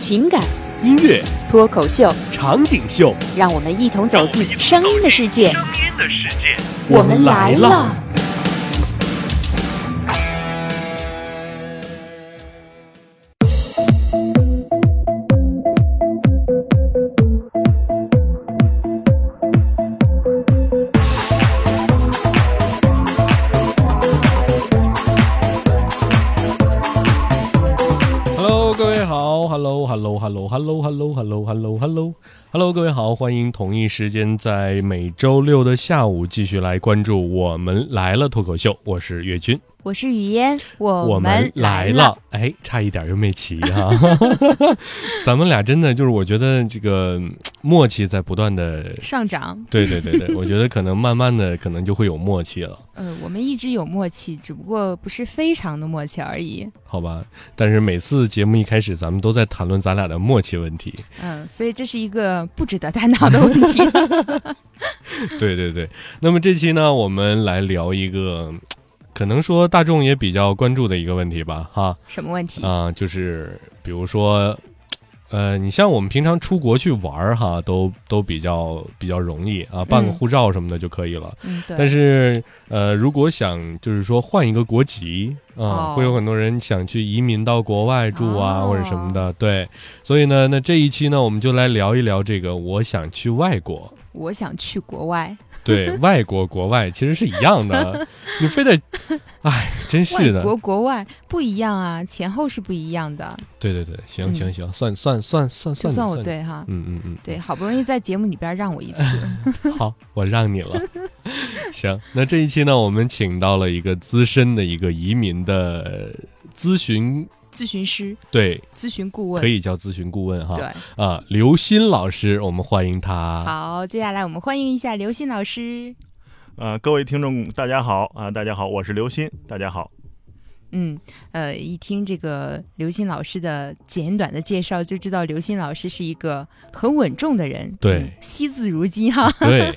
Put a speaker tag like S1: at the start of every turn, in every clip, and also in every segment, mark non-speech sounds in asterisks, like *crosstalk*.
S1: 情感、
S2: 音乐、
S1: 脱口秀，
S2: 场景秀，
S1: 让我们一同走进声音的世界。
S3: 天的世界。
S1: 我们来了。
S2: Hello，各位好，Hello，Hello，Hello，Hello，Hello，Hello，Hello，各位好，欢迎同一时间在每周六的下午继续来关注我们来了脱口秀，我是岳军，
S1: 我是雨嫣，我
S2: 我们来了，哎，差一点又没齐哈、 *laughs* 咱们俩真的就是我觉得这个嗯默契在不断的，
S4: 上涨，
S2: 对对对对，我觉得可能慢慢的可能就会有默契了。
S4: 呃，我们一直有默契，只不过不是非常的默契而已。
S2: 好吧，但是每次节目一开始，咱们都在谈论咱俩的默契问题。
S4: 嗯，所以这是一个不值得探讨的问
S2: *laughs*
S4: 题。
S2: 对对对，那么这期呢，我们来聊一个，可能说大众也比较关注的一个问题吧，哈
S4: 什么问题？
S2: 啊、就是比如说，呃，你像我们平常出国去玩儿哈，都都比较比较容易啊，办个
S4: 嗯
S2: 护照什么的就可以了。
S4: 嗯，对。
S2: 但是呃，如果想就是说换一个国籍啊、
S4: 哦
S2: 会有很多人想去移民到国外住啊、
S4: 哦
S2: 或者什么的，对。所以呢，那这一期呢，我们就来聊一聊这个我想去外国。
S4: *laughs* 我想去国外，
S2: 对外国国外其实是一样
S4: *laughs*
S2: 的，你非得，哎，真是
S4: 外
S2: 的。
S4: 国国外不一样啊，前后是不一样的。
S2: 对对对，行
S4: 嗯
S2: 行行，算算算算
S4: 就
S2: 你
S4: 算我
S2: 你
S4: 对哈，
S2: 嗯嗯嗯，
S4: 对，好不容易在节目里边让我
S2: *laughs*
S4: 一次，
S2: 好，我让
S4: *laughs*
S2: 你了。行，那这一期呢，我们请到了一个资深的一个移民的呃咨询，
S4: 咨询师、
S2: 对，
S4: 咨询顾问
S2: 可。以叫咨询顾问哈。
S4: 对，
S2: 啊，刘鑫老师，我们欢迎他。
S4: 好，接下来我们欢迎一下刘鑫老师。
S3: 呃，各位听众，大家好啊、大家好，我是刘鑫，大家好。
S4: 嗯，呃，一听这个刘鑫老师的简短的介绍，就知道刘鑫老师是一个很稳重的人，
S2: 对
S4: 嗯惜字如金哈， *laughs*
S2: 对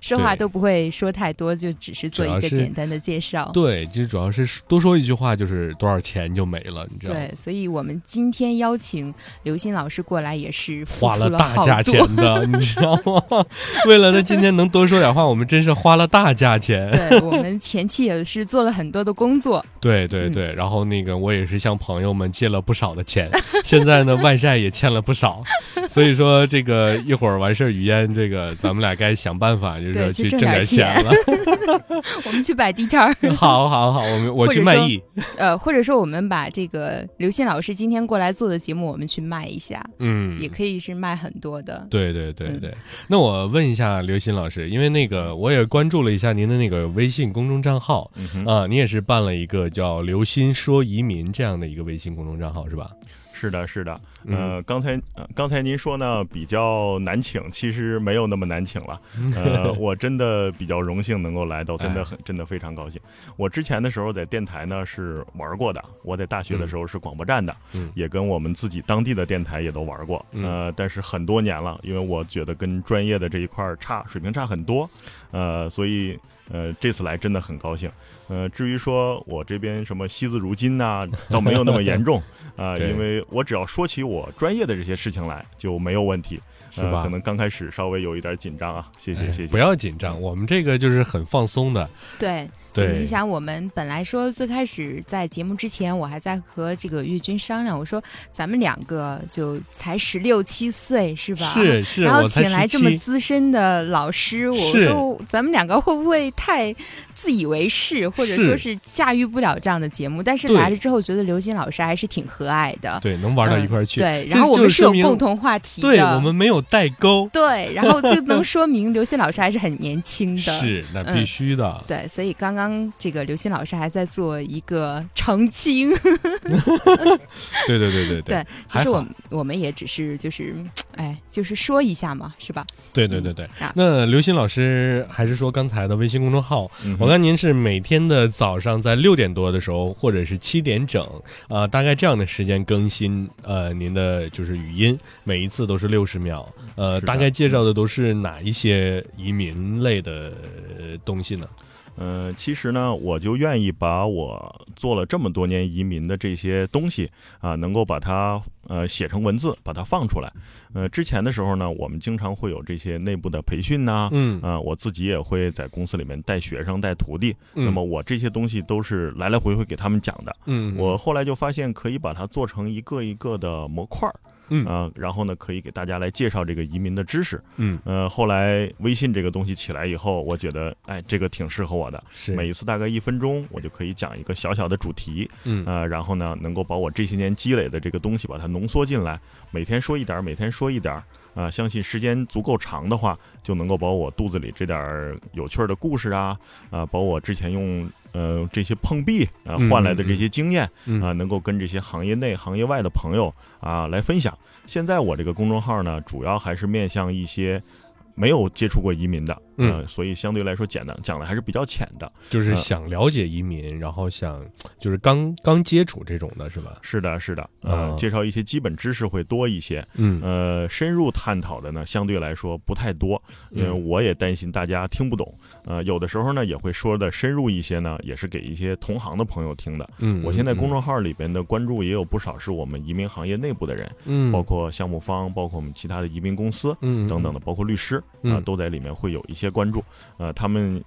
S4: 说话
S2: 对
S4: 都不会说太多，就只是做
S2: 主要
S4: 一个
S2: 是
S4: 简单的介绍。
S2: 对，其实主要是多说一句话，就是多少钱就没了，你知道吗？
S4: 对，所以我们今天邀请刘鑫老师过来，也是付
S2: 花
S4: 出
S2: 了大
S4: 好
S2: 价
S4: 多 *laughs*
S2: 钱。的， *laughs* 你知道吗？为了他今天能多说点话，我们真是花了大价钱。
S4: 对我们前期也是做了很多的工作， *laughs*
S2: 对对对，
S4: 嗯
S2: 然后那个我也是向朋友们借了不少的钱， *laughs* 现在呢外债也欠了不少，所以说这个一会儿完事儿，雨嫣这个咱们俩该想办法，就是说
S4: 对
S2: 去
S4: 去挣
S2: 挣点
S4: 点钱
S2: 了。 *laughs*
S4: 我们去摆地摊儿，
S2: 好好好，我们我
S4: 或
S2: 去
S4: 者
S2: 卖
S4: 说
S2: 艺，
S4: 呃，或者说我们把这个刘鑫老师今天过来做的节目，我们去卖一下，
S2: 嗯
S4: 也，可以是卖很多的。
S2: 对对对
S4: 嗯
S2: 对。那我问一下刘鑫老师，因为那个我也关注了一下您的那个微信公众账号，
S3: 嗯哼，
S2: 啊，你也是办了一个叫“刘鑫说移民”这样的一个微信公众账号是吧？
S3: 是的，是的。
S2: 嗯
S3: 呃，刚才、呃、刚才您说呢比较难请，其实没有那么难请
S2: *laughs*
S3: 了。呃，我真的比较荣幸能够来到，真
S2: 哎
S3: 的很真的非常高兴。我之前的时候在电台呢是玩过的，我在大学的时候是广播站的，
S2: 嗯
S3: 也跟我们自己当地的电台也都玩过。
S2: 嗯
S3: 呃，但是很多年了，因为我觉得跟专业的这一块儿差水平差很多，呃，所以呃这次来真的很高兴。呃，至于说我这边什么惜字如金呐、倒没有那么严重啊、
S2: 对
S3: 因为我只要说起我专业的这些事情来就没有问题，
S2: 是
S3: 呃，
S2: 吧
S3: 可？能刚开始稍微有一点紧张啊，
S4: 呃
S3: 谢
S2: 哎
S3: 谢谢谢。
S2: 不要紧张，我们这个就是很放松的，
S4: 对，
S2: 对
S4: 你，想，我们本来说最开始在节目之前，我还在和这个岳军商量，我说咱们两个就才十六七岁，是吧？。 *laughs*
S2: 是是，
S4: 然后
S2: 我才
S4: 请来这么
S2: 17
S4: 资深的老师，我
S2: 是
S4: 说咱们两个会不会太自以为是，或者
S2: 是
S4: 说是驾驭不了这样的节目？但是
S2: 对
S4: 来了之后，觉得刘鑫老师还是挺和蔼的，嗯
S2: 对，能玩到一块儿去，
S4: 对。
S2: 这
S4: 然后我
S2: 就
S4: 们是有
S2: 说明
S4: 共同话题的，
S2: 对我们没有代沟，
S4: 对，然后就能说明刘鑫老师还是很年轻的，
S2: *laughs* 是那
S4: 嗯
S2: 必须的，
S4: 对，所以刚刚这个刘鑫老师还在做一个澄清。
S2: 对对对对
S4: *laughs* 对，其
S2: 还
S4: 实我
S2: 好
S4: 们我们也只是就是，哎，就是说一下嘛，是吧？
S2: 对对对对
S4: 啊。
S2: 那刘鑫老师还是说刚才的微信公众号，
S3: 嗯哼
S2: 我看您是每天的早上在六点多的时候，或者是七点整，啊、大概这样的时间更新，呃，您的就是语音，每一次都是六十秒，呃，
S3: 是的
S2: 大概介绍的都是哪一些移民类的呃东西呢？
S3: 呃，其实呢，我就愿意把我做了这么多年移民的这些东西啊，能够把它呃写成文字，把它放出来。呃，之前的时候呢，我们经常会有这些内部的培训呐、
S2: 嗯
S3: 啊，我自己也会在公司里面带学生、带徒弟。
S2: 嗯
S3: 那么我这些东西都是来来回回给他们讲的。
S2: 嗯，
S3: 我后来就发现，可以把它做成一个一个的模块儿
S2: 嗯
S3: 啊、然后呢，可以给大家来介绍这个移民的知识。
S2: 嗯
S3: 呃，后来微信这个东西起来以后，我觉得，哎，这个挺适合我的。
S2: 是
S3: 每一次大概一分钟，我就可以讲一个小小的主题，
S2: 嗯
S3: 呃，然后呢，能够把我这些年积累的这个东西把它浓缩进来，每天说一点，儿，每天说一点。儿。啊、相信时间足够长的话，就能够把我肚子里这点儿有趣儿的故事啊，啊、把我之前用呃这些碰壁啊、
S2: 嗯
S3: 换来的
S2: 嗯
S3: 这些经验
S2: 嗯
S3: 啊、能够跟这些行业内、行业外的朋友啊、来分享。现在我这个公众号呢，主要还是面向一些没有接触过移民的，
S2: 嗯
S3: 呃所以相对来说简单，讲的还是比较浅的。
S2: 就是
S3: 呃
S2: 想了解移民，然后想就是刚刚接触这种的是吧？
S3: 是的，是的，呃，
S2: 啊
S3: 介绍一些基本知识会多一些，
S2: 嗯
S3: 呃，深入探讨的呢，相对来说不太多，因为
S2: 嗯
S3: 我也担心大家听不懂，呃，有的时候呢也会说的深入一些呢，也是给一些同行的朋友听的。
S2: 嗯
S3: 我现在公众号里边的关注也有不少是我们移民行业内部的人，
S2: 嗯
S3: 包括项目方，包括我们其他的移民公司
S2: 嗯
S3: 等等的，包括律师啊、
S2: 嗯
S3: 都在里面会有一些关注，呃，他们。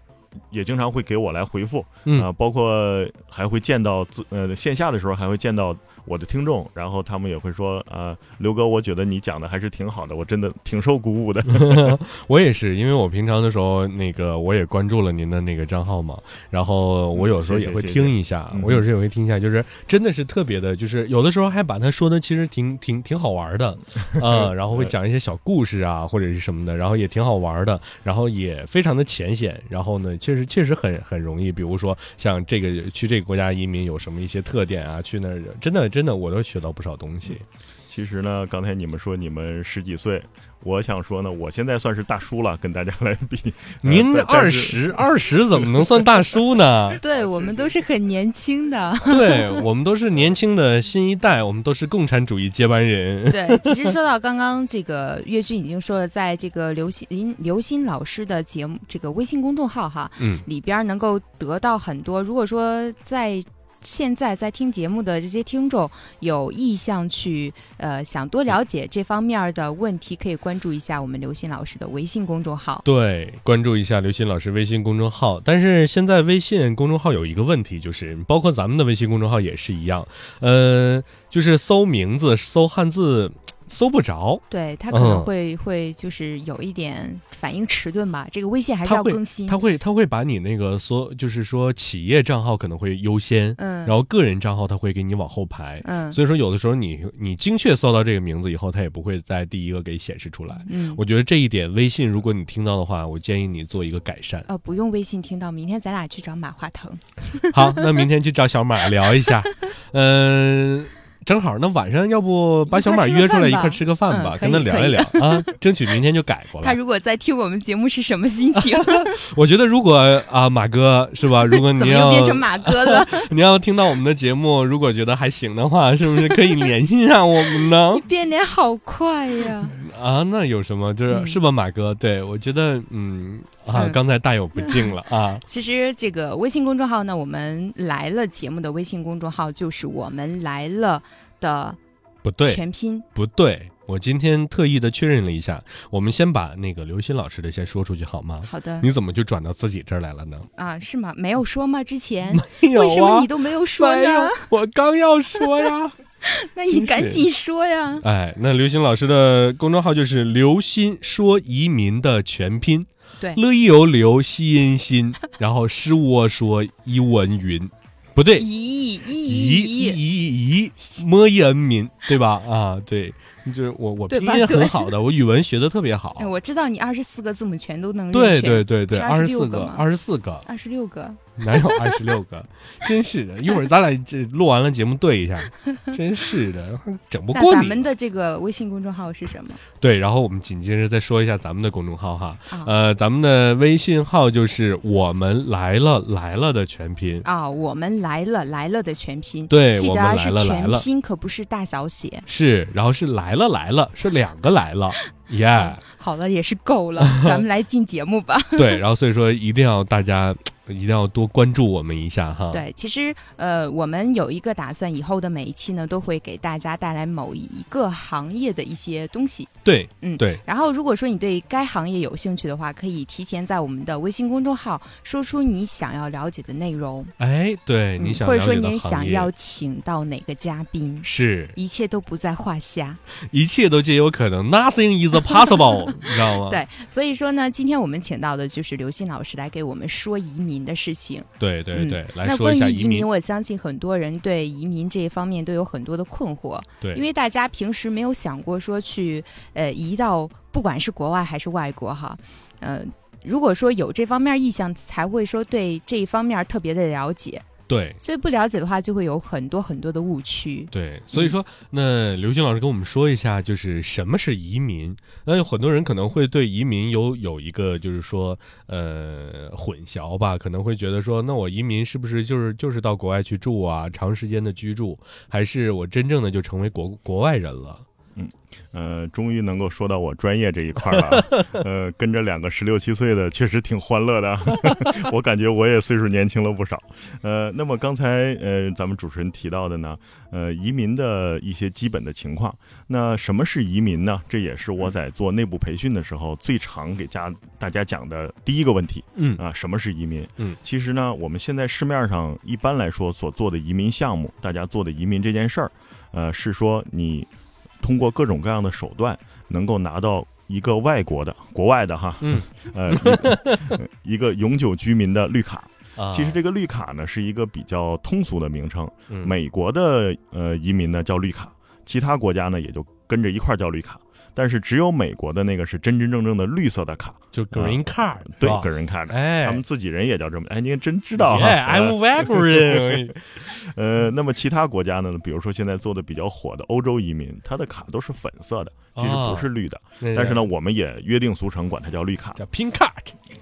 S3: 也经常会给我来回复，啊、
S2: 嗯
S3: 包括还会见到自呃线下的时候还会见到我的听众，然后他们也会说啊、呃刘哥，我觉得你讲的还是挺好的，我真的挺受鼓舞的。
S2: 我也是，因为我平常的时候，那个我也关注了您的那个账号嘛，然后我有时候也会
S3: 谢谢
S2: 听一下，
S3: 谢谢嗯
S2: 我有时候也会听一下，就是真的是特别的，就是有的时候还把他说的其实挺挺挺好玩
S3: *laughs*
S2: 的，啊、然后会讲一些小故事啊或者是什么的，然后也挺好玩的，然后也非常的浅显，然后呢，确实确实很很容易，比如说像这个去这个国家移民有什么一些特点啊，去那儿真的真的我都学到不少东西，
S3: 其实呢，刚才你们说你们十几岁，我想说呢，我现在算是大叔了，跟大家来比。呃
S2: 您
S3: 但
S2: 二
S3: 但是
S2: 十二十怎么能算大叔呢？
S4: 对我们都是很年轻的。 *laughs*
S2: 对我们都是年轻的新一代，我们都是共产主义接班人。
S4: 对，其实说到刚刚这个岳军已经说了，在这个刘鑫林刘鑫老师的节目这个微信公众号哈，
S2: 嗯，
S4: 里边儿能够得到很多。如果说在现在在听节目的这些听众有意向去呃想多了解这方面儿的问题，可以关注一下我们刘鑫老师的微信公众号。
S2: *laughs* 对，关注一下刘鑫老师微信公众号。但是现在微信公众号有一个问题，就是包括咱们的微信公众号也是一样，呃，就是搜名字、搜汉字搜不着，
S4: 对他可能
S2: 嗯
S4: 会、会就是有一点反应迟钝吧，这个微信还是
S2: 他
S4: 要
S2: 会
S4: 更新
S2: 他。会他会把你那个所就是说企业账号可能会优先，
S4: 嗯，
S2: 然后个人账号他会给你往后排。
S4: 嗯
S2: 所以说，有的时候你你精确搜到这个名字以后，它也不会在第一个给显示出来。
S4: 嗯，。
S2: 我觉得这一点，微信如果你听到的话，我建议你做一个改善
S4: 呃不用微信听到，明天咱俩去找马化腾。
S2: 好，那明天去找小马聊一下。嗯、正好，那晚上要不把小马约出来
S4: 一
S2: 一
S4: 块
S2: 块
S4: 儿
S2: 儿
S4: 吃
S2: 吃个饭吧，
S4: 嗯可以
S2: 跟他聊一聊啊，争取明天就改过
S4: 他
S2: 来。
S4: 如果在听我们节目是什么心
S2: *laughs*
S4: 情？
S2: 我觉得如果啊、马哥是吧？如果
S4: 怎
S2: 你
S4: 么又
S2: 要
S4: 变成马哥了？
S2: 你要听到我们的节目，如果觉得还行的话，是不是可以联系上我们呢 *laughs*
S4: 你？变脸好快呀！
S2: 啊，那有什么？就是、
S4: 嗯
S2: 是吧，马哥？对我觉得，嗯啊，
S4: 嗯
S2: 刚才大有不敬了啊。
S4: 其实这个微信公众号呢，我们来了节目的微信公众号就是我们来了的
S2: 不对，
S4: 全拼。
S2: 不对，我今天特意的确认了一下，我们先把那个刘鑫老师的先说出去好吗？
S4: 好的
S2: 你怎么就转到自己这儿来了呢？
S4: 啊，是吗？没有说吗？之前
S2: 没有啊
S4: 为什么你都没有说
S2: 没有
S4: 呢？，
S2: 我刚要说呀。
S4: *laughs* 那你赶紧说呀！
S2: 哎，那刘鑫老师的公众号就是“刘鑫说移民”的全拼，
S4: 对
S2: 乐意由刘，西音
S4: *laughs*
S2: 心，然后诗我说，一文云，不对，
S4: 咦
S2: 移
S4: 咦咦！
S2: 移移摸一恩民，对吧？啊，对，就是我我
S4: 对
S2: 拼
S4: 吧
S2: 音
S4: 对
S2: 很好的，我语文学的特别好
S4: 哎，。我知道你二十四个字母全都能
S2: 对
S4: 认
S2: 对对对，
S4: 是
S2: 二十
S4: 26
S2: 四
S4: 个
S2: 个，
S4: 吗
S2: 二十四个，
S4: 二十六个。
S2: 哪有二十六个？ *laughs* 真是的，一会儿咱俩这录完了节目对一
S4: *laughs*
S2: 下，真是的，整不
S4: 那
S2: 过
S4: 咱们
S2: 你。
S4: 的这个微信公众号是什么？
S2: 对，然后我们紧接着再说一下咱们的公众号哈，
S4: 啊
S2: 呃，咱们的微信号就是我们来了来了的全拼，
S4: 啊，我们来了来了的全拼。
S2: 对，
S4: 记
S2: 我
S4: 得
S2: 们
S4: 啊，
S2: 来
S4: 是
S2: 了来
S4: 全
S2: 了，
S4: 拼，可不是大小写。
S2: 是，然后是来了来了，是两个来
S4: *laughs*
S2: 了，耶、
S4: 好了，也是够了，咱们来进节目吧。
S2: 对，然后所以说一定要大家一定要多关注我们一下哈。
S4: 对，其实呃，我们有一个打算，以后的每一期呢，都会给大家带来某一个行业的一些东西。
S2: 对，
S4: 嗯
S2: 对，
S4: 然后，如果说你对该行业有兴趣的话，可以提前在我们的微信公众号说出你想要了解的内容，
S2: 哎，对，你
S4: 嗯
S2: 想
S4: 或者
S2: 了
S4: 说
S2: 解的
S4: 你
S2: 行
S4: 想
S2: 业
S4: 要请到哪个嘉宾，
S2: 是
S4: 一切都不在话下。
S2: 一切都皆有可能，nothing is possible，你
S4: *laughs*
S2: 知道吗？
S4: 对，所以说呢，今天我们请到的就是刘鑫老师来给我们说移民的事情。
S2: 对对
S4: 嗯
S2: 对，来
S4: 那
S2: 说
S4: 关
S2: 一下
S4: 于
S2: 移
S4: 移
S2: 民
S4: 民，，我相信很多人对移民这一方面都有很多的困惑，
S2: 对，
S4: 因为大家平时没有想过说去呃移到不管是国外还是外国哈，呃，如果说有这方面意向，才会说对这一方面特别的了解，
S2: 对
S4: 所以不了解的话就会有很多很多的误区。
S2: 对，所以说，那刘军老师跟我们说一下，就是什么是移民？那有很多人可能会对移民有有一个就是说，呃，混淆吧，可能会觉得说，那我移民是不是就是就是到国外去住啊，长时间的居住，还是我真正的就成为国国外人了？
S3: 呃，终于能够说到我专业这一块儿了啊。 *laughs* 呃，跟着两个十六七岁的，确实挺欢乐的啊。 *laughs* 我感觉我也岁数年轻了不少。呃，那么刚才呃咱们主持人提到的呢，呃，移民的一些基本的情况。那什么是移民呢？这也是我在做内部培训的时候最常给家大家讲的第一个问题
S2: 嗯
S3: 啊。什么是移民？
S2: 嗯，
S3: 其实呢，我们现在市面上一般来说所做的移民项目，大家做的移民这件事儿，呃，是说你通过各种各样的手段，能够拿到一个外国的、国外的哈，
S2: 嗯，
S3: 呃，一个 *laughs* 一个永久居民的绿卡。
S2: 啊，
S3: 其实这个绿卡呢，是一个比较通俗的名称。
S2: 嗯
S3: 美国的呃移民呢叫绿卡，其他国家呢也就跟着一块儿叫绿卡。但是只有美国的那个是真真正正的绿色的卡，
S2: 就 green card，
S3: 啊对，
S2: 是吧
S3: 给人看的。
S2: 哎，
S3: 他们自己人也叫这么，哎，您真
S2: *laughs*
S3: 知道哈。
S2: 哎，I'm
S3: *laughs*
S2: Wagner，
S3: 呃，那么其他国家呢，比如说现在做的比较火的欧洲移民，它的卡都是粉色的，
S2: 哦
S3: 其实不是绿的。但是呢，我们也约定俗成管它叫绿
S2: *laughs*
S3: 卡
S2: 叫 pink card，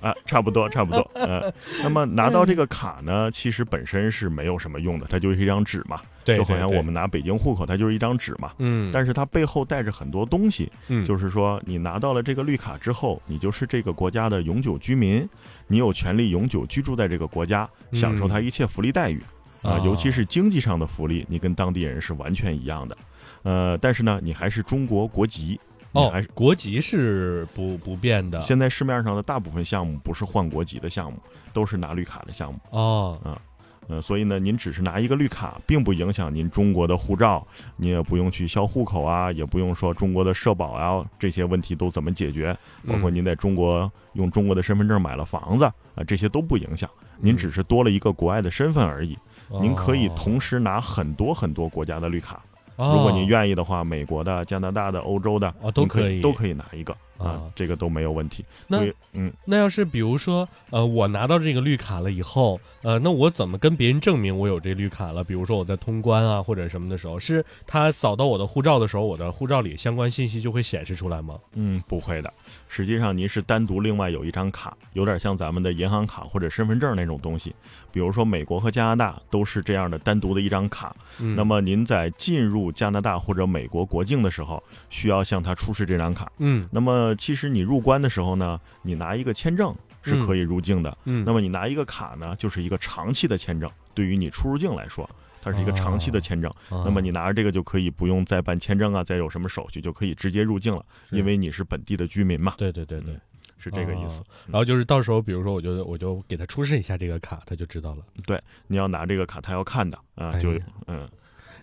S3: 啊，差不多，
S2: *laughs*
S3: 差不多。呃，那么拿到这个卡呢，其实本身是没有什么用的，它就是一张纸嘛，
S2: 对，
S3: 就好像
S2: 对
S3: 我，们拿北京户口，它就是一张纸嘛。
S2: 对嗯，
S3: 但是它背后带着很多东西，
S2: 是
S3: 就是说你拿到了这个绿卡之后，你就是这个国家的永久居民，你有权利永久居住在这个国家，享受它一切福利待遇。啊、尤其是经济上的福利，你跟当地人是完全一样的。呃，但是呢，你还是中国国籍，你
S2: 哦啊
S3: 还是，
S2: 国籍是不不变的
S3: 现在市面上的大部分项目不是换国籍的项目，都是拿绿卡的项目。
S2: 哦，
S3: 呃，所以呢，您只是拿一个绿卡，并不影响您中国的护照，您也不用去销户口啊，也不用说中国的社保啊这些问题都怎么解决，包括
S2: 嗯
S3: 您在中国用中国的身份证买了房子啊、这些都不影响。
S2: 嗯
S3: 您只是多了一个国外的身份而已，您可以同时拿很多很多国家的绿卡。
S2: 哦，
S3: 如果您愿意的话，美国的、加拿大的、欧洲的，
S2: 哦都
S3: 您
S2: 可
S3: 可
S2: 以
S3: 都可以拿一个啊
S2: 啊，，
S3: 这个都没有问题。
S2: 那
S3: 所以嗯，
S2: 那要是比如说呃，我拿到这个绿卡了以后，呃，那我怎么跟别人证明我有这绿卡了？比如说我在通关啊或者什么的时候，是他扫到我的护照的时候，我的护照里相关信息就会显示出来吗？
S3: 嗯，不会的。实际上您是单独另外有一张卡，有点像咱们的银行卡或者身份证那种东西。比如说美国和加拿大都是这样的单独的一张卡。
S2: 嗯
S3: 那么您在进入加拿大或者美国国境的时候，需要向他出示这张卡。
S2: 嗯
S3: 那么其实你入关的时候呢，你拿一个签证是可以入境的。
S2: 嗯，
S3: 那么你拿一个卡呢，就是一个长期的签证，对于你出入境来说，它是一个长期的签证。
S2: 啊
S3: 那么你拿着这个就可以不用再办签证啊，再有什么手续就可以直接入境了，
S2: 是
S3: 因为你是本地的居民嘛，
S2: 对对对对。
S3: 是这个意思
S2: 哦。然后就是到时候，比如说，我就我就给他出示一下这个卡，他就知道了。
S3: 你要拿这个卡，他要看的啊，
S2: 哎
S3: 就
S2: 呀
S3: 嗯，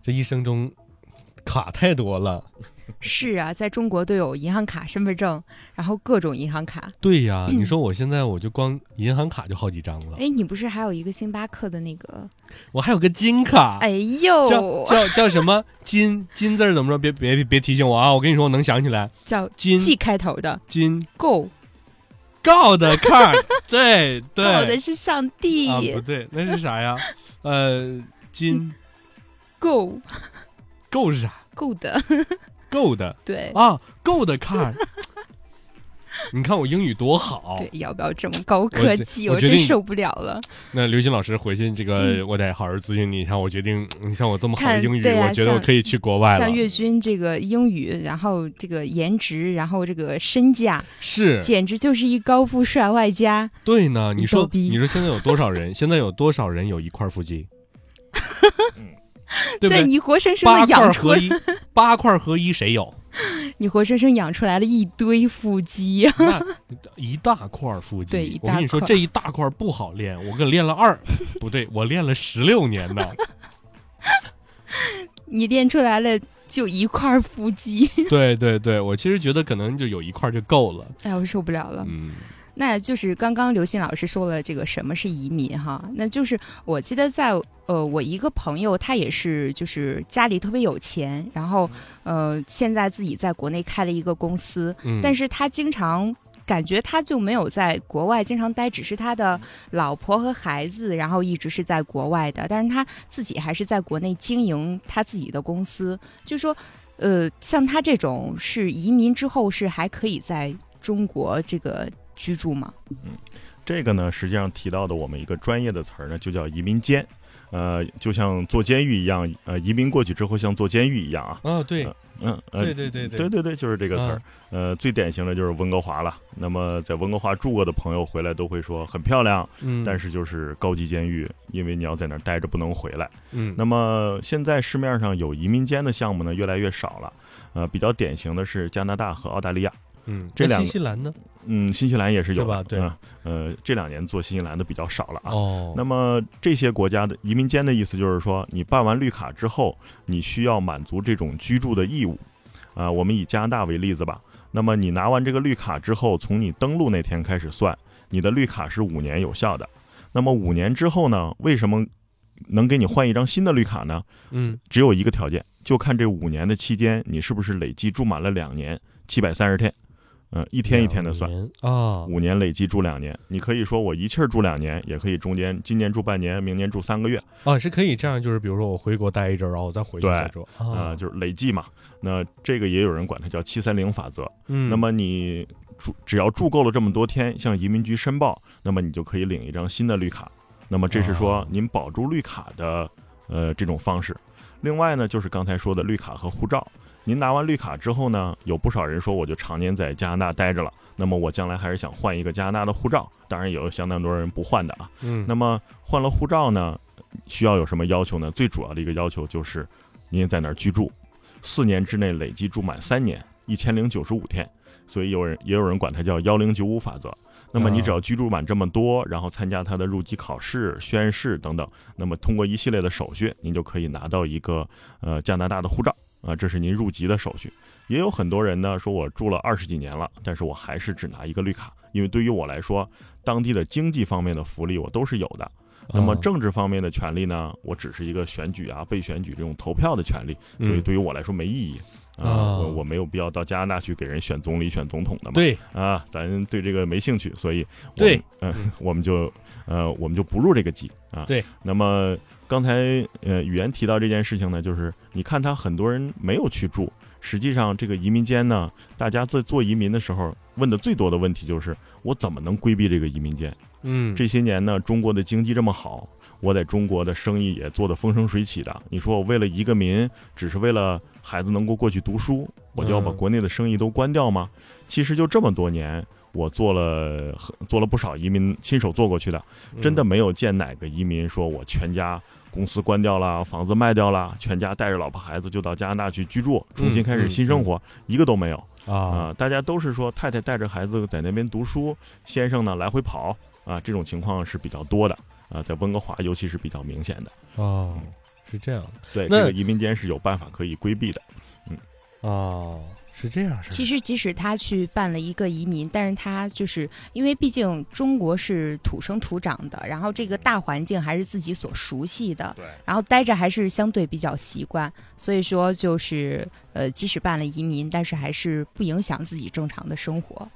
S2: 这一生中卡太多了。
S4: 是啊，在中国都有银行卡、身份证，然后各种银行卡。
S2: 对呀，你说我现在我就光银行卡就好几张了，
S4: 哎，你不是还有一个星巴克的那个？
S2: 我还有个金卡，
S4: 哎
S2: 叫
S4: 呦，
S2: 叫叫什么金金字儿怎么说？别别别别提醒我啊！我跟你说，我能想起来，
S4: 叫
S2: 金
S4: G 开头的
S2: 金
S4: Go，
S2: 告的
S4: *laughs*
S2: card，对对，
S4: 告的是上帝、
S2: 啊不对，那是啥呀？呃，
S4: 嗯
S2: 金
S4: Go
S2: 够是啥？
S4: Go 的，
S2: 够的
S4: 对，
S2: 哦
S4: *laughs*
S2: 啊，够的 card。你看我英语多好。
S4: 对，要不要这么高科技？
S2: 我
S4: 我
S2: 决
S4: 真
S2: 定
S4: 受不了了。
S2: *laughs* 那刘鑫老师回去这个，我得好好咨询你一下。我决定，你像我这么好的
S4: 嗯看
S2: 英语，
S4: 对啊
S2: 我觉得我
S4: 像
S2: 可以去国外了
S4: 像。岳军这个英语，然后这个颜值，然后这个身价，
S2: 是，
S4: 简直就是一高富帅外加
S2: 对呢。你
S4: 你
S2: 说
S4: 逗，逼
S2: 你说现在有多少人？现在有多少人有一块腹肌？
S3: 嗯
S2: 对不对？
S4: 你活生生
S2: 八
S4: 的
S2: 块
S4: 养出
S2: 合
S4: 来，
S2: 一，八块合一谁有？
S4: 你活生生养出来了一堆腹肌。
S2: 那一大块儿腹肌，
S4: 对一
S2: 我跟你
S4: 大
S2: 说，
S4: 块儿
S2: 这一大块儿不好练，我给练了
S4: *laughs*
S2: 二，不对，我练了十六年呢。
S4: 你练出来了就一块腹肌，
S2: 对对对，我其实觉得可能就有一块儿就够了。
S4: *laughs* 哎，我受不了了。
S2: 嗯，
S4: 那就是刚刚刘鑫老师说了这个什么是移民哈，那就是我记得在呃我一个朋友他也是就是家里特别有钱，然后呃现在自己在国内开了一个公司，
S2: 嗯
S4: 但是他经常。感觉他就没有在国外经常待，只是他的老婆和孩子，然后一直是在国外的，但是他自己还是在国内经营他自己的公司。就说，呃，像他这种是移民之后是还可以在中国这个居住吗？
S3: 这个呢，实际上提到的我们一个专业的词儿呢，就叫移民监。呃，就像坐监狱一样，呃，移民过去之后像坐监狱一样啊。
S2: 啊，对
S3: 嗯，呃、
S2: 对对对啊嗯
S3: 对对对，就是这个词儿。呃，最典型的就是温哥华了。那么在温哥华住过的朋友回来都会说很漂亮，
S2: 嗯，
S3: 但
S2: 是
S3: 是就是高级监狱，因为你要在那儿待着不能回来。
S2: 嗯，
S3: 那么现在市面上有移民间的项目呢，越来越少了。呃，比较典型的是加拿大和澳大利亚，
S2: 嗯，
S3: 这
S2: 那
S3: 两
S2: 新
S3: 个
S2: 西兰呢？
S3: 嗯，新西兰也是有
S2: 是吧
S3: 的，
S2: 对
S3: 嗯呃，这两年做新西兰的比较少了啊。
S2: 哦，
S3: 那么这些国家的移民监的意思就是说，你办完绿卡之后，你需要满足这种居住的义务。啊、我们以加拿大为例子吧。那么你拿完这个绿卡之后，从你登陆那天开始算，你的绿卡是五年有效的。那么五年之后呢？为什么能给你换一张新的绿卡呢？
S2: 嗯，
S3: 只有一个条件，就看这五年的期间，你是不是累计住满了两年七百三十天，嗯、一天一天的算，
S2: 两年啊，
S3: 五年累计住两年。你可以说我一气儿住两年，也可以中间今年住半年，明年住三个月，
S2: 啊，是可以这样，就是比如说我回国待一周，然后我再回去
S3: 对
S2: 再说
S3: 啊、
S2: 啊，
S3: 就是累计嘛。那这个也有人管它叫七三零法则。
S2: 嗯，
S3: 那么你住只要住够了这么多天，向移民局申报，那么你就可以领一张新的绿卡。那么这是说
S2: 哦
S3: 您保住绿卡的呃这种方式。另外呢，就是刚才说的绿卡和护照。您拿完绿卡之后呢，有不少人说我就常年在加拿大待着了，那么我将来还是想换一个加拿大的护照。当然，也有相当多人不换的啊。
S2: 嗯，
S3: 那么换了护照呢，需要有什么要求呢？最主要的一个要求就是您在哪儿居住，四年之内累计住满三年，一千零九十五天，所以有人也有人管它叫幺零九五法则。那么你只要居住满这么多，然后参加它的入籍考试、宣誓等等，那么通过一系列的手续，您就可以拿到一个呃加拿大的护照啊、这是您入籍的手续。也有很多人呢说，我住了二十几年了，但是我还是只拿一个绿卡，因为对于我来说，当地的经济方面的福利我都是有的，那么
S2: 啊
S3: 政治方面的权利呢，我只是一个选举啊、被选举这种投票的权利，所以
S2: 嗯
S3: 对于我来说没意义。啊，
S2: 啊
S3: 我我没有必要到加拿大去给人选总理、选总统的嘛。
S2: 对
S3: 啊，咱对这个没兴趣，所以我们
S2: 对，
S3: 嗯、
S2: 嗯
S3: 我们就呃，我们就不入这个籍啊。
S2: 对，
S3: 那么刚才呃，语言提到这件事情呢，就是你看他很多人没有去住，实际上这个移民间呢，大家在做移民的时候问的最多的问题就是我怎么能规避这个移民间？
S2: 嗯，
S3: 这些年呢，中国的经济这么好，我在中国的生意也做得风生水起的。你说我为了一个民，只是为了孩子能够过去读书，我就要把
S2: 嗯
S3: 国内的生意都关掉吗？其实就这么多年，我做了很做了不少移民，亲手做过去的，真的
S2: 嗯
S3: 没有见哪个移民说我全家公司关掉了，房子卖掉了，全家带着老婆孩子就到加拿大去居住，重新开始新生活，
S2: 嗯
S3: 一个都没有。
S2: 啊
S3: 啊，大家都是说太太带着孩子在那边读书，先生呢来回跑啊，这种情况是比较多的啊，在温哥华尤其是比较明显的。
S2: 哦，是这样的
S3: 对，
S2: 那
S3: 这个移民间是有办法可以规避的。啊
S2: 哦，是这样式的，
S4: 其实即使他去办了一个移民，但是他就是因为毕竟中国是土生土长的，然后这个大环境还是自己所熟悉的，
S3: 对，
S4: 然后待着还是相对比较习惯，所以说就是呃，即使办了移民，但是还是不影响自己正常的生活。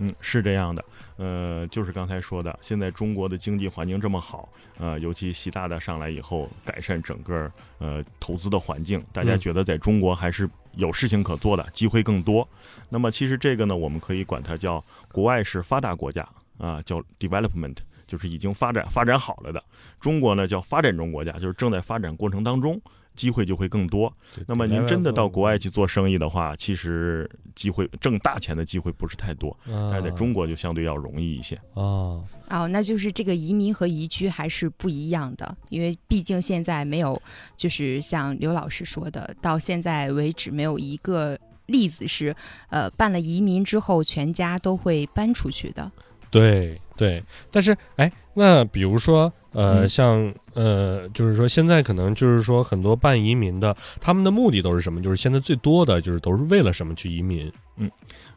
S3: 嗯，是这样的。呃，就是刚才说的，现在中国的经济环境这么好，呃，尤其习大大上来以后，改善整个呃投资的环境，大家
S2: 嗯
S3: 觉得在中国还是有事情可做的，机会更多。那么其实这个呢，我们可以管它叫国外是发达国家啊、叫 development。就是已经发展发展好了的，中国呢叫发展中国家，就是正在发展过程当中，机会就会更多。那么您真的到国外去做生意的话，其实机会挣大钱的机会不是太多，但
S2: 嗯
S3: 是在中国就相对要容易一些。
S2: 啊，
S4: 哦，那就是这个移民和移居还是不一样的，因为毕竟现在没有，就是像刘老师说的，到现在为止没有一个例子是，呃，办了移民之后全家都会搬出去的。
S2: 对对，但是哎，那比如说呃，
S4: 嗯
S2: 像呃，就是说现在可能就是说很多办移民的，他们的目的都是什么？就是现在最多的就是都是为了什么去移民？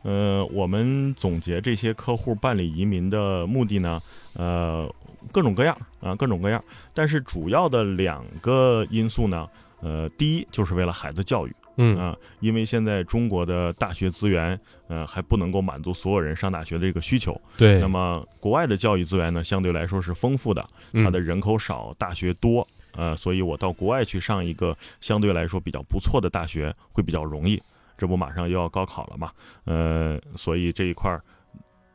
S3: 呃，我们总结这些客户办理移民的目的呢，呃，各种各样啊、各种各样。但是主要的两个因素呢，呃，第一就是为了孩子教育。
S2: 嗯
S3: 啊，因为现在中国的大学资源，呃，还不能够满足所有人上大学的这个需求。
S2: 对，
S3: 那么国外的教育资源呢，相对来说是丰富的，它
S2: 嗯
S3: 的人口少，大学多。呃，所以我到国外去上一个相对来说比较不错的大学会比较容易。这不马上又要高考了嘛？呃，所以这一块儿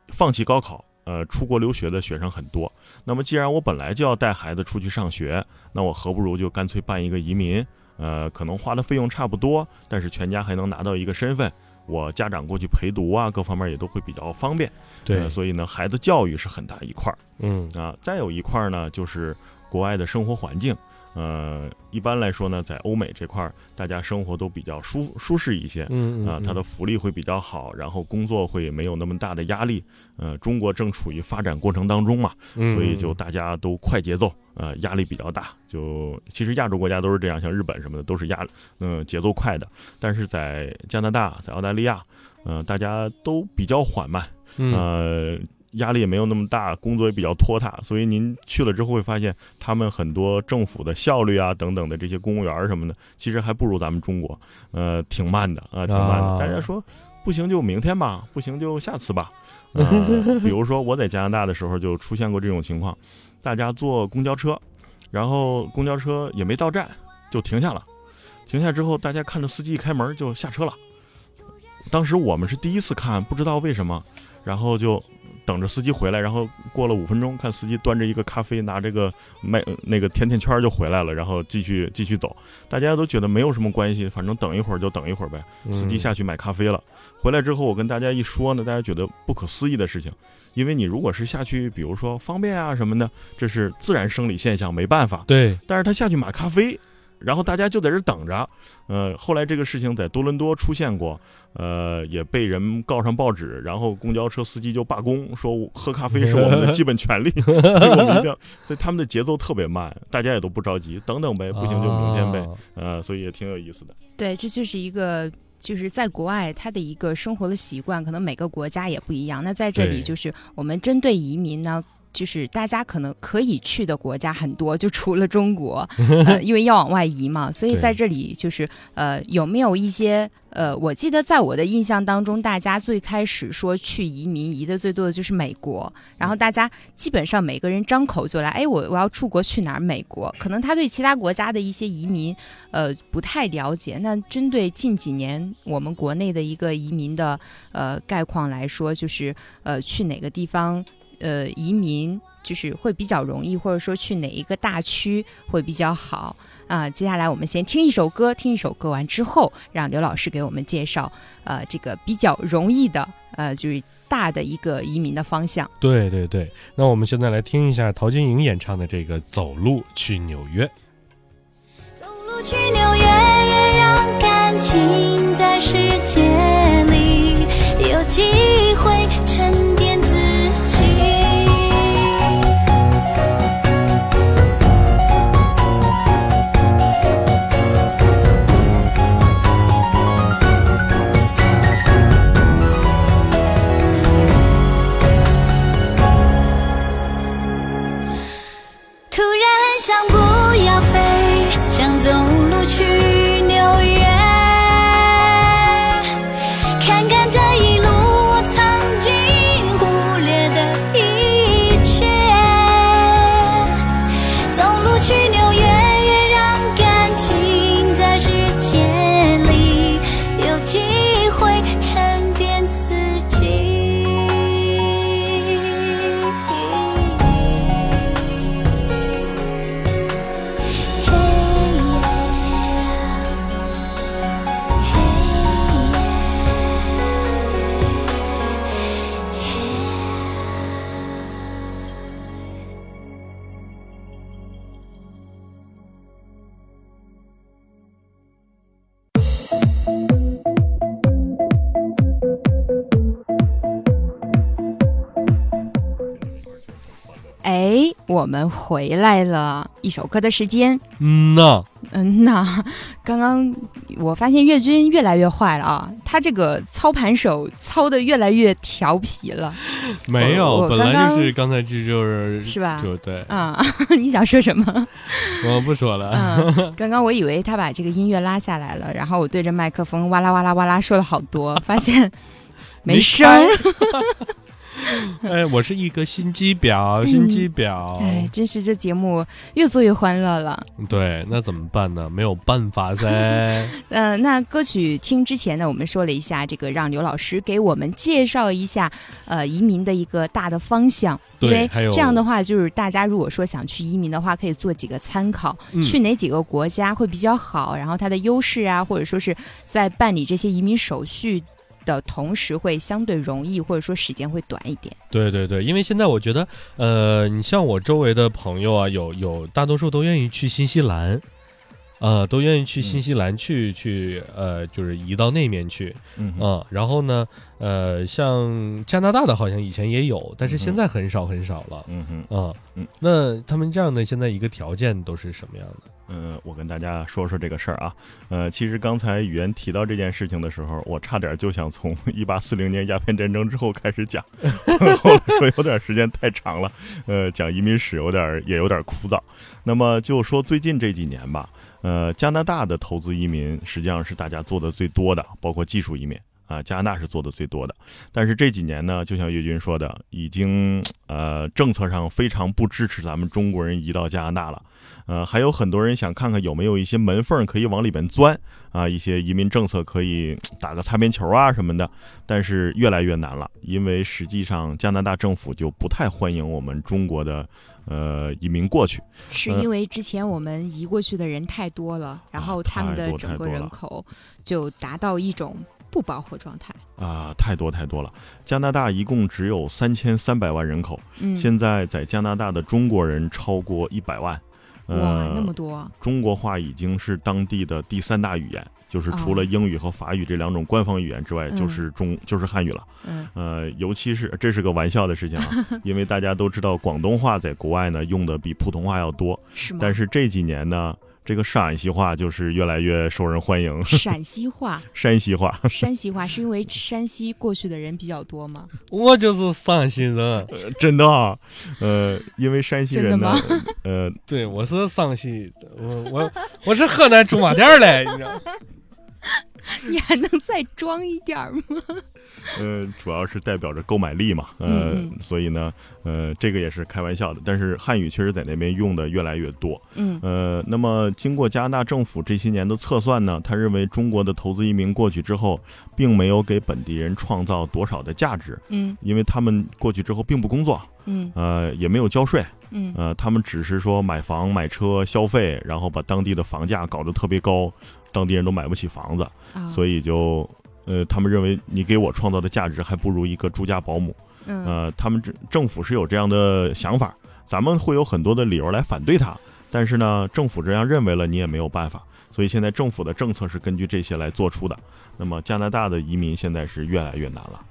S3: 放弃高考，呃，出国留学的学生很多。那么既然我本来就要带孩子出去上学，那我何不如就干脆办一个移民？呃，可能花的费用差不多，但是全家还能拿到一个身份，我家长过去陪读啊，各方面也都会比较方便。
S2: 对
S3: 呃，所以呢，孩子教育是很大一块儿。
S2: 嗯
S3: 啊，再有一块儿呢，就是国外的生活环境。呃，一般来说呢，在欧美这块儿，大家生活都比较舒舒适一些。
S2: 嗯
S3: 啊，它的福利会比较好，然后工作会没有那么大的压力。呃，中国正处于发展过程当中嘛，
S2: 嗯
S3: 所以就大家都快节奏，呃，压力比较大。就其实亚洲国家都是这样，像日本什么的都是压，嗯、节奏快的。但是在加拿大、在澳大利亚，呃，大家都比较缓慢，
S2: 嗯
S3: 呃，压力也没有那么大，工作也比较拖沓，所以您去了之后会发现，他们很多政府的效率啊等等的这些公务员儿什么的，其实还不如咱们中国，呃，挺慢的啊、挺慢
S2: 啊
S3: 的。大家说不行就明天吧，不行就下次吧。呃，比如说我在加拿大的时候就出现过这种情况，大家坐公交车，然后公交车也没到站就停下了，停下之后大家看着司机一开门就下车了。当时我们是第一次看，不知道为什么，然后就等着司机回来，然后过了五分钟，看司机端着一个咖啡，拿这个麦那个甜甜圈儿就回来了，然后继续继续走。大家都觉得没有什么关系，反正等一会儿就等一会儿呗。
S2: 嗯
S3: 司机下去买咖啡了，回来之后我跟大家一说呢，大家觉得不可思议的事情，因为你如果是下去，比如说方便啊什么的，这是自然生理现象，没办法。
S2: 对
S3: 但是他下去买咖啡，然后大家就在这儿等着。呃，后来这个事情在多伦多出现过，呃，也被人告上报纸，然后公交车司机就罢工，说喝咖啡是我们的基本权利， *laughs* 所以我们一定要。所以他们的节奏特别慢，大家也都不着急，等等呗，不行就明天
S2: 啊
S3: 呗。，呃，所以也挺有意思的。
S4: 对，这就是一个。就是在国外，他的一个生活的习惯，可能每个国家也不一样。那在这
S2: 对
S4: 里，就是我们针对移民呢，就是大家可能可以去的国家很多，就除了中国，呃、因为要往外移嘛。所以
S2: 对
S4: 在这里，就是呃，有没有一些呃，我记得在我的印象当中，大家最开始说去移民移的最多的就是美国，然后大家基本上每个人张口就来，哎，我我要出国去哪儿？美国。可能他对其他国家的一些移民呃不太了解。那针对近几年我们国内的一个移民的呃概况来说，就是呃去哪个地方呃移民就是会比较容易，或者说去哪一个大区会比较好啊、接下来我们先听一首歌，听一首歌完之后，让刘老师给我们介绍呃这个比较容易的呃就是大的一个移民的方向。
S2: 对对对，那我们现在来听一下陶晶莹演唱的这个《走路去纽约》。
S5: 走路去纽约，也让感情在世界里有机会沉淀自己。突然很想不要飞，想走路去纽约，看看这一路我曾经
S4: 哎，我们回来了，一首歌的时间。
S2: 嗯呐，
S4: 嗯呐，刚刚我发现岳军越来越坏了啊，他这个操盘手操的越来越调皮了，
S2: 没有，
S4: 我我
S2: 本
S4: 刚
S2: 来
S4: 刚
S2: 就是刚才这就是
S4: 是吧？
S2: 就
S4: *laughs*
S2: 对，
S4: 啊、你想说什么？
S2: 我不说 *laughs* 了。
S4: 嗯，刚刚我以为他把这个音乐拉下来了，然后我对着麦克风哇啦哇啦哇啦说了好多，发现没声儿。
S2: *laughs* 哎，我是一个心机婊，心机婊。
S4: *laughs* 嗯哎，真是这节目越做越欢乐了。
S2: 对，那怎么办呢？没有办法
S4: *laughs*
S2: 噻。
S4: 嗯、那歌曲听之前呢，我们说了一下这个，让刘老师给我们介绍一下，呃，移民的一个大的方向。因
S2: 对
S4: 为
S2: 还有
S4: 这样的话，就是大家如果说想去移民的话，可以做几个参考，
S2: 嗯
S4: 去哪几个国家会比较好，然后它的优势啊，或者说是在办理这些移民手续的同时，会相对容易，或者说时间会短一点。
S2: 对对对，因为现在我觉得，呃，你像我周围的朋友啊，有有大多数都愿意去新西兰，呃，都愿意
S4: 嗯
S2: 去新西兰去、去呃，就是移到那面去
S3: 嗯哼，
S2: 啊、然后呢，呃，像加拿大的好像以前也有，
S4: 嗯
S2: 但是现在很少很少了
S3: 嗯哼，
S2: 啊、
S3: 嗯
S2: 那他们这样的现在一个条件都是什么样的？
S3: 呃，我跟大家说说这个事儿啊。呃，其实刚才语言提到这件事情的时候，我差点就想从 *laughs* 一八四零年鸦片战争之后开始讲， *laughs* 后来说有点时间太长了，呃，讲移民史有点儿也有点儿枯燥。那么就说最近这几年吧，呃，加拿大的投资移民实际上是大家做的最多的，包括技术移民。啊，加拿大是做的最多的，但是这几年呢，就像岳军说的，已经呃政策上非常不支持咱们中国人移到加拿大了。呃，还有很多人想看看有没有一些门缝可以往里边钻啊，一些移民政策可以嘖打个擦边球啊什么的，但是越来越难了，因为实际上加拿大政府就不太欢迎我们中国的呃移民过去。
S4: 是
S3: 呃
S4: 因为之前我们移过去的人太多了，然
S3: 啊
S4: 后他们
S3: 太
S4: 的
S3: 多
S4: 整
S3: 太
S4: 个
S3: 多
S4: 人
S3: 了
S4: 口就达到一种不饱和状态。
S3: 啊，太多太多了！加拿大一共只有三千三百万人口，
S4: 嗯，
S3: 现在在加拿大的中国人超过一百万。
S4: 哇，那
S3: 呃
S4: 么，多，
S3: 中国话已经是当地的第三大语言，就是除了
S4: 哦
S3: 英语和法语这两种官方语言之外，就
S4: 嗯
S3: 是中就是汉语了。
S4: 嗯，
S3: 呃，尤其是这是个玩笑的事情
S4: *laughs*
S3: 啊，因为大家都知道广东话在国外呢用的比普通话要多，
S4: 是吗？
S3: 但是这几年呢，这个陕西话就是越来越受人欢迎，
S4: 陕西
S3: *laughs*
S4: 话，
S3: 山西话。
S4: 山西话是因为山西过去的人比较多吗？
S2: 我就是陕西人，
S3: 呃真的啊，呃，因为山西
S4: 真的
S3: 人呢
S4: 吗，
S3: *laughs* 呃，
S2: 对我是陕西，我 *laughs* 我我是河南驻马店儿嘞，你知道。
S4: 你还能再装一点儿吗？
S3: 呃，主要是代表着购买力嘛，呃，
S4: 嗯
S3: 所以呢，呃，这个也是开玩笑的，但是汉语确实在那边用的越来越多，
S4: 嗯
S3: 呃，那么经过加拿大政府这些年的测算呢，他认为中国的投资移民过去之后，并没有给本地人创造多少的价值，
S4: 嗯
S3: 因为他们过去之后并不工作，
S4: 嗯
S3: 呃，也没有交税，
S4: 嗯
S3: 呃，他们只是说买房、买车、消费，然后把当地的房价搞得特别高，当地人都买不起房子，
S4: 啊，
S3: 所以就。呃，他们认为你给我创造的价值还不如一个住家保姆。
S4: 嗯
S3: 呃，他们政政府是有这样的想法，咱们会有很多的理由来反对他，但是呢，政府这样认为了，你也没有办法。所以现在政府的政策是根据这些来做出的。那么加拿大的移民现在是越来越难了，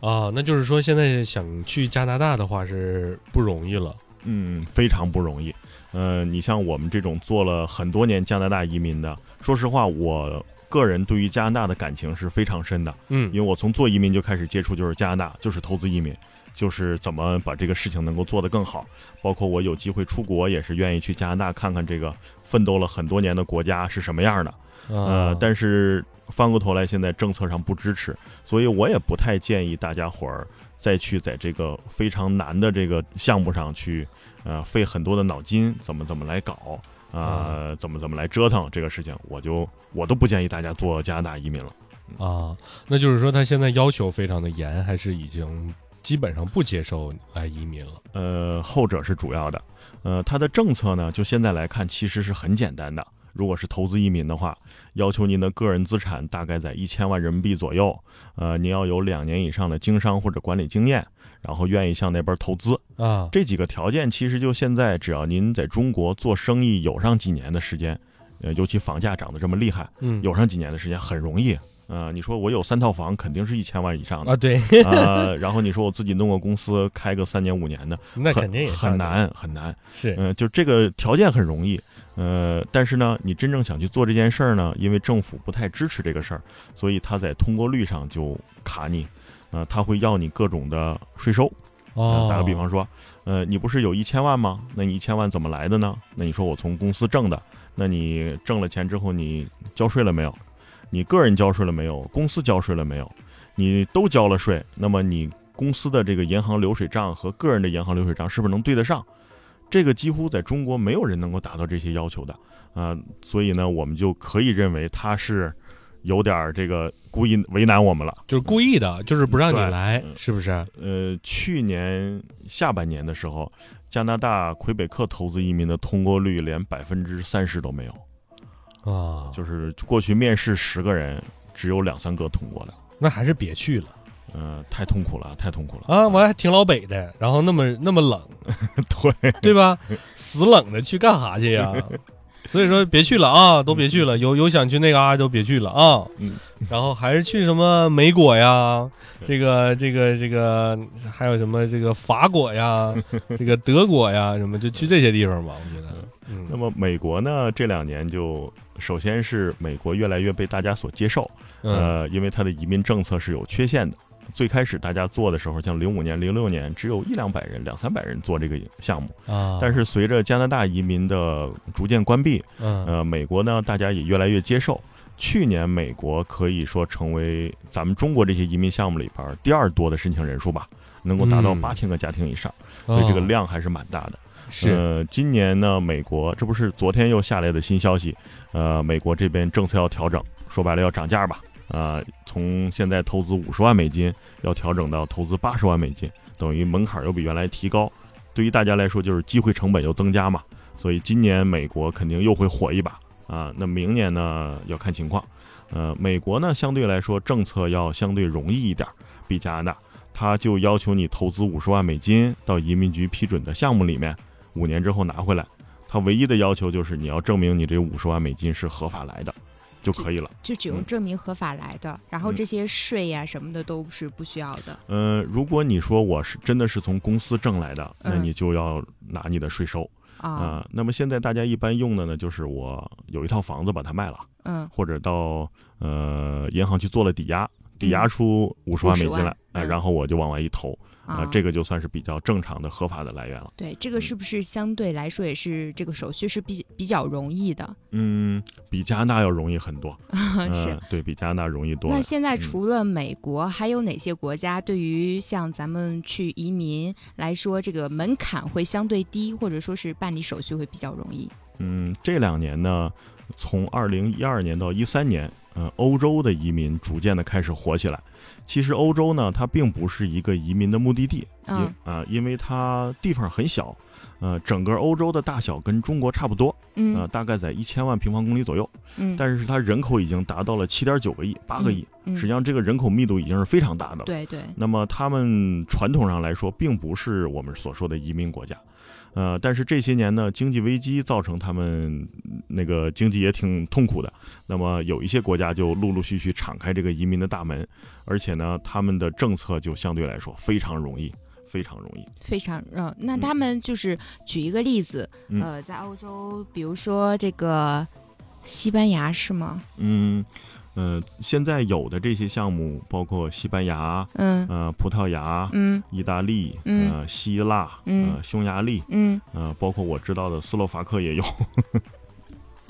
S2: *laughs* 啊，那就是说现在想去加拿大的话是不容易了。
S3: 嗯，非常不容易。呃，你像我们这种做了很多年加拿大移民的，说实话，我个人对于加拿大的感情是非常深的。
S2: 嗯
S3: 因为我从做移民就开始接触，就是加拿大，就是投资移民，就是怎么把这个事情能够做得更好。包括我有机会出国，也是愿意去加拿大看看这个奋斗了很多年的国家是什么样的。呃
S2: 啊，，
S3: 但是翻过头来，现在政策上不支持，所以我也不太建议大家伙儿再去在这个非常难的这个项目上去，呃，费很多的脑筋，怎么怎么来搞。啊、怎么怎么来折腾这个事情，我就我都不建议大家做加拿大移民了。
S2: 啊，那就是说他现在要求非常的严，还是已经基本上不接受来移民了。
S3: 呃，后者是主要的。呃，它的政策呢，就现在来看，其实是很简单的。如果是投资移民的话，要求您的个人资产大概在一千万人民币左右，呃，您要有两年以上的经商或者管理经验，然后愿意向那边投资。
S2: 啊，
S3: 这几个条件其实就现在，只要您在中国做生意有上几年的时间，呃，尤其房价涨得这么厉害，
S2: 嗯，
S3: 有上几年的时间很容易。啊、呃，你说我有三套房，肯定是一千万以上的
S2: 啊，对，
S3: 呃，然后你说我自己弄个公司，开个三年五年的，
S2: *laughs* 那
S3: 很
S2: 肯定也上
S3: 很难很难。
S2: 是
S3: 嗯、就这个条件很容易，呃，但是呢，你真正想去做这件事儿呢，因为政府不太支持这个事儿，所以他在通过率上就卡你，呃，他会要你各种的税收。
S2: 哦
S3: 呃，打个比方说，呃，你不是有一千万吗？那你一千万怎么来的呢？那你说我从公司挣的，那你挣了钱之后你交税了没有？你个人交税了没有？公司交税了没有？你都交了税，那么你公司的这个银行流水账和个人的银行流水账是不是能对得上？这个几乎在中国没有人能够达到这些要求的啊、呃所以呢，我们就可以认为他是有点儿这个故意为难我们了。
S2: 就是故意的，就是不让你
S3: 对
S2: 来，
S3: 嗯
S2: 是不是？
S3: 呃，去年下半年的时候，加拿大魁北克投资移民的通过率连百分之三十都没有，
S2: 啊，
S3: 就是过去面试十个人，只有两三个通过的，
S2: 那还是别去了
S3: 嗯、呃，太痛苦了，太痛苦了
S2: 啊！我还挺老北的，然后那么那么冷，
S3: *laughs* 对，
S2: 对吧？死冷的去干啥去
S3: *laughs*
S2: 呀？所以说别去了啊，都别去了，有有想去那嘎、达都别去了啊。
S3: 嗯
S2: 然后还是去什么美国呀，
S3: 对
S2: 这个这个这个，还有什么这个法国呀，
S3: *laughs*
S2: 这个德国呀，什么就去这些地方吧。我觉得，
S3: 那
S2: 嗯，
S3: 么美国呢，这两年就首先是美国越来越被大家所接受，
S2: 嗯
S3: 呃，因为它的移民政策是有缺陷的。最开始大家做的时候，像零五年、零六年，只有一两百人、两三百人做这个项目。
S2: 啊，
S3: 但是随着加拿大移民的逐渐关闭，
S2: 嗯
S3: 呃，美国呢，大家也越来越接受。去年美国可以说成为咱们中国这些移民项目里边儿第二多的申请人数吧，能够达到
S2: 嗯
S3: 八千个家庭以上，所以这个
S2: 啊
S3: 量还是蛮大的。
S2: 是
S3: 呃，今年呢，美国这不是昨天又下来的新消息，呃，美国这边政策要调整，说白了要涨价吧，啊、从现在投资五十万美金要调整到投资八十万美金，等于门槛又比原来提高，对于大家来说就是机会成本又增加嘛，所以今年美国肯定又会火一把啊、那明年呢要看情况，呃，美国呢相对来说政策要相对容易一点儿，比加拿大。他就要求你投资五十万美金到移民局批准的项目里面，五年之后拿回来。他唯一的要求就是你要证明你这五十万美金是合法来的，就可以了。
S4: 就只用
S3: 嗯
S4: 证明合法来的，然后
S3: 嗯
S4: 这些税呀、什么的都是不需要的。
S3: 呃，如果你说我是真的是从公司挣来的，那
S4: 嗯
S3: 你就要拿你的税收
S4: 啊，
S3: 啊、那么现在大家一般用的呢，就是我有一套房子把它卖了，
S4: 嗯，
S3: 或者到呃银行去做了抵押，抵押
S4: 嗯
S3: 出五十万美金
S4: 50
S3: 来
S4: 万，
S3: 哎
S4: 嗯
S3: 然后我就往外一投啊、
S4: 啊，
S3: 这个就算是比较正常的合法的来源了。
S4: 对这个
S3: 嗯
S4: 是不是相对来说也是这个手续是比比较容易的？
S3: 嗯，比加拿大要容易很多，嗯、
S4: *laughs* 是。
S3: 对比加拿大容易多了
S4: 那。现在
S3: 嗯
S4: 除了美国，还有哪些国家对于像咱们去移民来说，这个门槛会相对低，或者说是办理手续会比较容易？
S3: 嗯，这两年呢，从二零一二年到一三年，呃，欧洲的移民逐渐的开始火起来。其实欧洲呢，它并不是一个移民的目的地，因
S4: 嗯
S3: 啊、因为它地方很小，呃，整个欧洲的大小跟中国差不多，呃，
S4: 嗯
S3: 大概在一千万平方公里左右，
S4: 嗯，
S3: 但是它人口已经达到了七点九个亿、八个亿，
S4: 嗯
S3: 实际上这个人口密度已经是非常大的了。
S4: 对对，
S3: 那么他们传统上来说，并不是我们所说的移民国家，呃，但是这些年呢，经济危机造成他们嗯那个经济也挺痛苦的。那么有一些国家就陆陆续续敞开这个移民的大门，而且呢，他们的政策就相对来说非常容易，非常容易。
S4: 非常嗯、那
S3: 嗯
S4: 他们就是举一个例子，
S3: 嗯
S4: 呃，在欧洲，比如说这个西班牙是吗？
S3: 嗯，呃，现在有的这些项目，包括西班牙、
S4: 嗯
S3: 呃葡萄牙、
S4: 嗯
S3: 意大利、
S4: 嗯
S3: 呃希腊、
S4: 嗯
S3: 呃匈牙利，
S4: 嗯，
S3: 呃，包括我知道的斯洛伐克也有，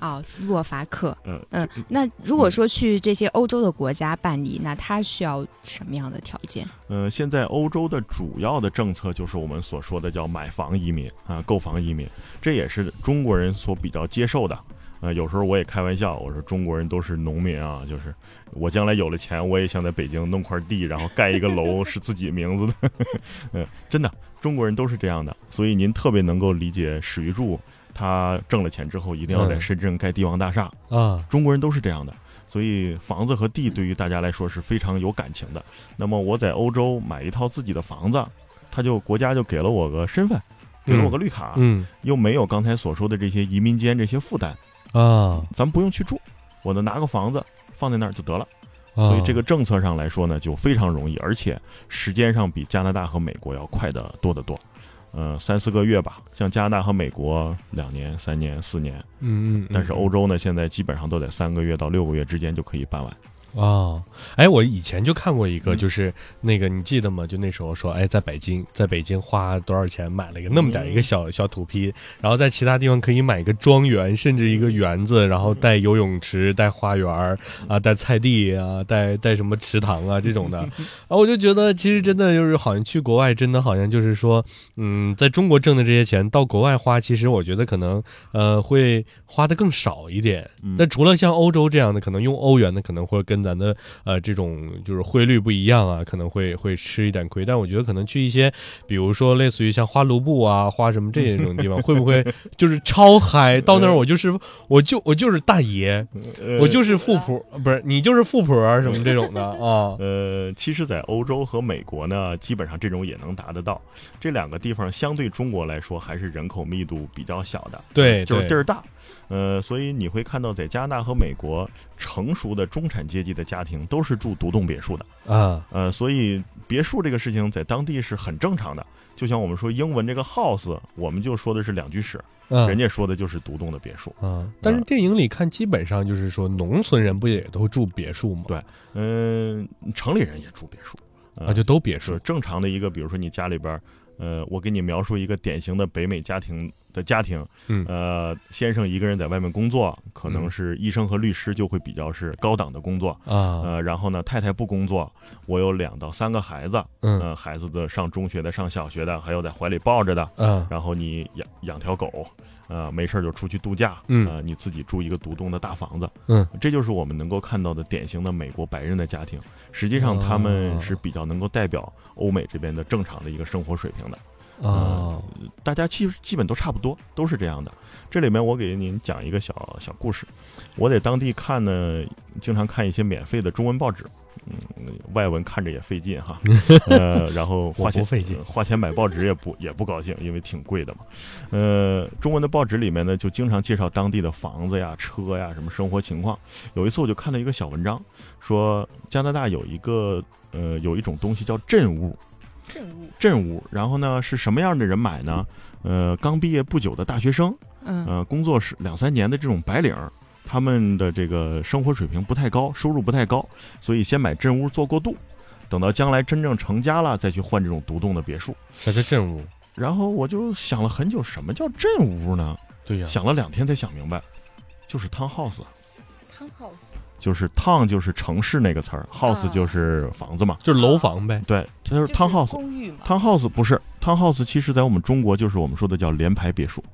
S4: 哦，斯洛伐克。
S3: 呃，
S4: 嗯，那如果说去这些欧洲的国家办理，那它需要什么样的条件？
S3: 呃，现在欧洲的主要的政策就是我们所说的叫买房移民啊、购房移民，这也是中国人所比较接受的。呃，有时候我也开玩笑，我说中国人都是农民啊，就是我将来有了钱，我也想在北京弄块地，然后盖一个楼是自己名字的。 *laughs* 嗯、真的，中国人都是这样的，所以您特别能够理解史玉柱，他挣了钱之后一定要在
S2: 嗯
S3: 深圳盖帝王大厦，
S2: 啊，
S3: 中国人都是这样的，所以房子和地对于大家来说是非常有感情的。那么我在欧洲买一套自己的房子，他就国家就给了我个身份，给了我个绿卡，
S2: 嗯
S3: 又没有刚才所说的这些移民间这些负担，
S2: 啊，
S3: 咱不用去住，我呢拿个房子放在那儿就得了。
S2: 啊
S3: 所以这个政策上来说呢，就非常容易，而且时间上比加拿大和美国要快得多得多。呃，三四个月吧，像加拿大和美国两年、三年、四年，
S2: 嗯嗯，
S3: 但是欧洲呢，现在基本上都在三个月到六个月之间就可以办完。
S2: 啊，哎，我以前就看过一个，
S3: 嗯
S2: 就是那个你记得吗？就那时候说，哎，在北京，在北京花多少钱买了一个那么点儿一个小小土坯，然后在其他地方可以买一个庄园，甚至一个园子，然后带游泳池、带花园儿啊、带菜地啊、带带什么池塘啊这种的。啊，我就觉得其实真的就是好像去国外，真的好像就是说，嗯，在中国挣的这些钱到国外花，其实我觉得可能呃会花的更少一点。
S3: 嗯
S2: 那除了像欧洲这样的，可能用欧元的可能会跟咱的呃这种就是汇率不一样啊，可能会会吃一点亏。但我觉得可能去一些，比如说类似于像花卢布啊、花什么这种地方，会不会 *laughs* 就是超嗨？到那儿我就是我就我就是大爷，
S3: 呃
S2: 我就是富婆，不是你就是富婆啊什么这种
S3: *laughs*
S2: 的啊。
S3: 呃，其实，在欧洲和美国呢，基本上这种也能达得到。这两个地方相对中国来说，还是人口密度比较小的，
S2: 对，
S3: 就是
S2: 对
S3: 地儿大。呃，所以你会看到，在加拿大和美国，成熟的中产阶级的家庭都是住独栋别墅的。
S2: 啊，
S3: 呃，所以别墅这个事情在当地是很正常的。就像我们说英文这个 house，我们就说的是两居室，
S2: 嗯
S3: 人家说的就是独栋的别墅。
S2: 啊，但是电影里看，基本上就是说，农村人不也都住别墅吗？
S3: 对嗯、城里人也住别墅，呃
S2: 啊，就都别
S3: 是
S2: 墅。
S3: 正常的一个，比如说你家里边儿，呃，我给你描述一个典型的北美家庭的家庭，
S2: 嗯
S3: 呃，先生一个人在外面工作，可能
S2: 嗯
S3: 是医生和律师就会比较是高档的工作，
S2: 啊，
S3: 呃，然后呢，太太不工作，我有两到三个孩子，
S2: 嗯
S3: 呃，孩子的上中学的、上小学的，还有在怀里抱着的，
S2: 嗯
S3: 然后你养养条狗，呃，没事儿就出去度假，
S2: 嗯
S3: 呃，你自己住一个独栋的大房子，
S2: 嗯，
S3: 这就是我们能够看到的典型的美国白人的家庭。实际上，他
S2: 哦
S3: 们是比较能够代表欧美这边的正常的一个生活水平的，
S2: 啊，
S3: 大家基基本都差不多，都是这样的。这里面我给您讲一个小小故事，我在当地看呢，经常看一些免费的中文报纸。嗯，外文看着也费劲哈，呃，然后花钱
S2: 我不费劲
S3: 呃花钱买报纸也不也不高兴，因为挺贵的嘛。呃，中文的报纸里面呢，就经常介绍当地的房子呀、车呀、什么生活情况。有一次我就看到一个小文章，说加拿大有一个呃有一种东西叫镇屋，镇屋，然后呢是什么样的人买呢？呃，刚毕业不久的大学生，
S4: 嗯
S3: 呃，工作是两三年的这种白领儿，他们的这个生活水平不太高，收入不太高，所以先买镇屋做过渡，等到将来真正成家了再去换这种独栋的别墅。
S2: 啥叫镇屋？
S3: 然后我就想了很久，什么叫镇屋呢？
S2: 对呀，
S3: 想了两天才想明白，就是 townhouse，
S4: 汤 h o
S3: 就是 town 就是城市那个词儿，house
S4: 啊
S3: 就是房子嘛。
S2: 就是楼房呗。
S3: 对，它就是 townhouse。
S1: 公寓嘛，
S3: townhouse 不是 townhouse，其实在我们中国就是我们说的叫联排别墅。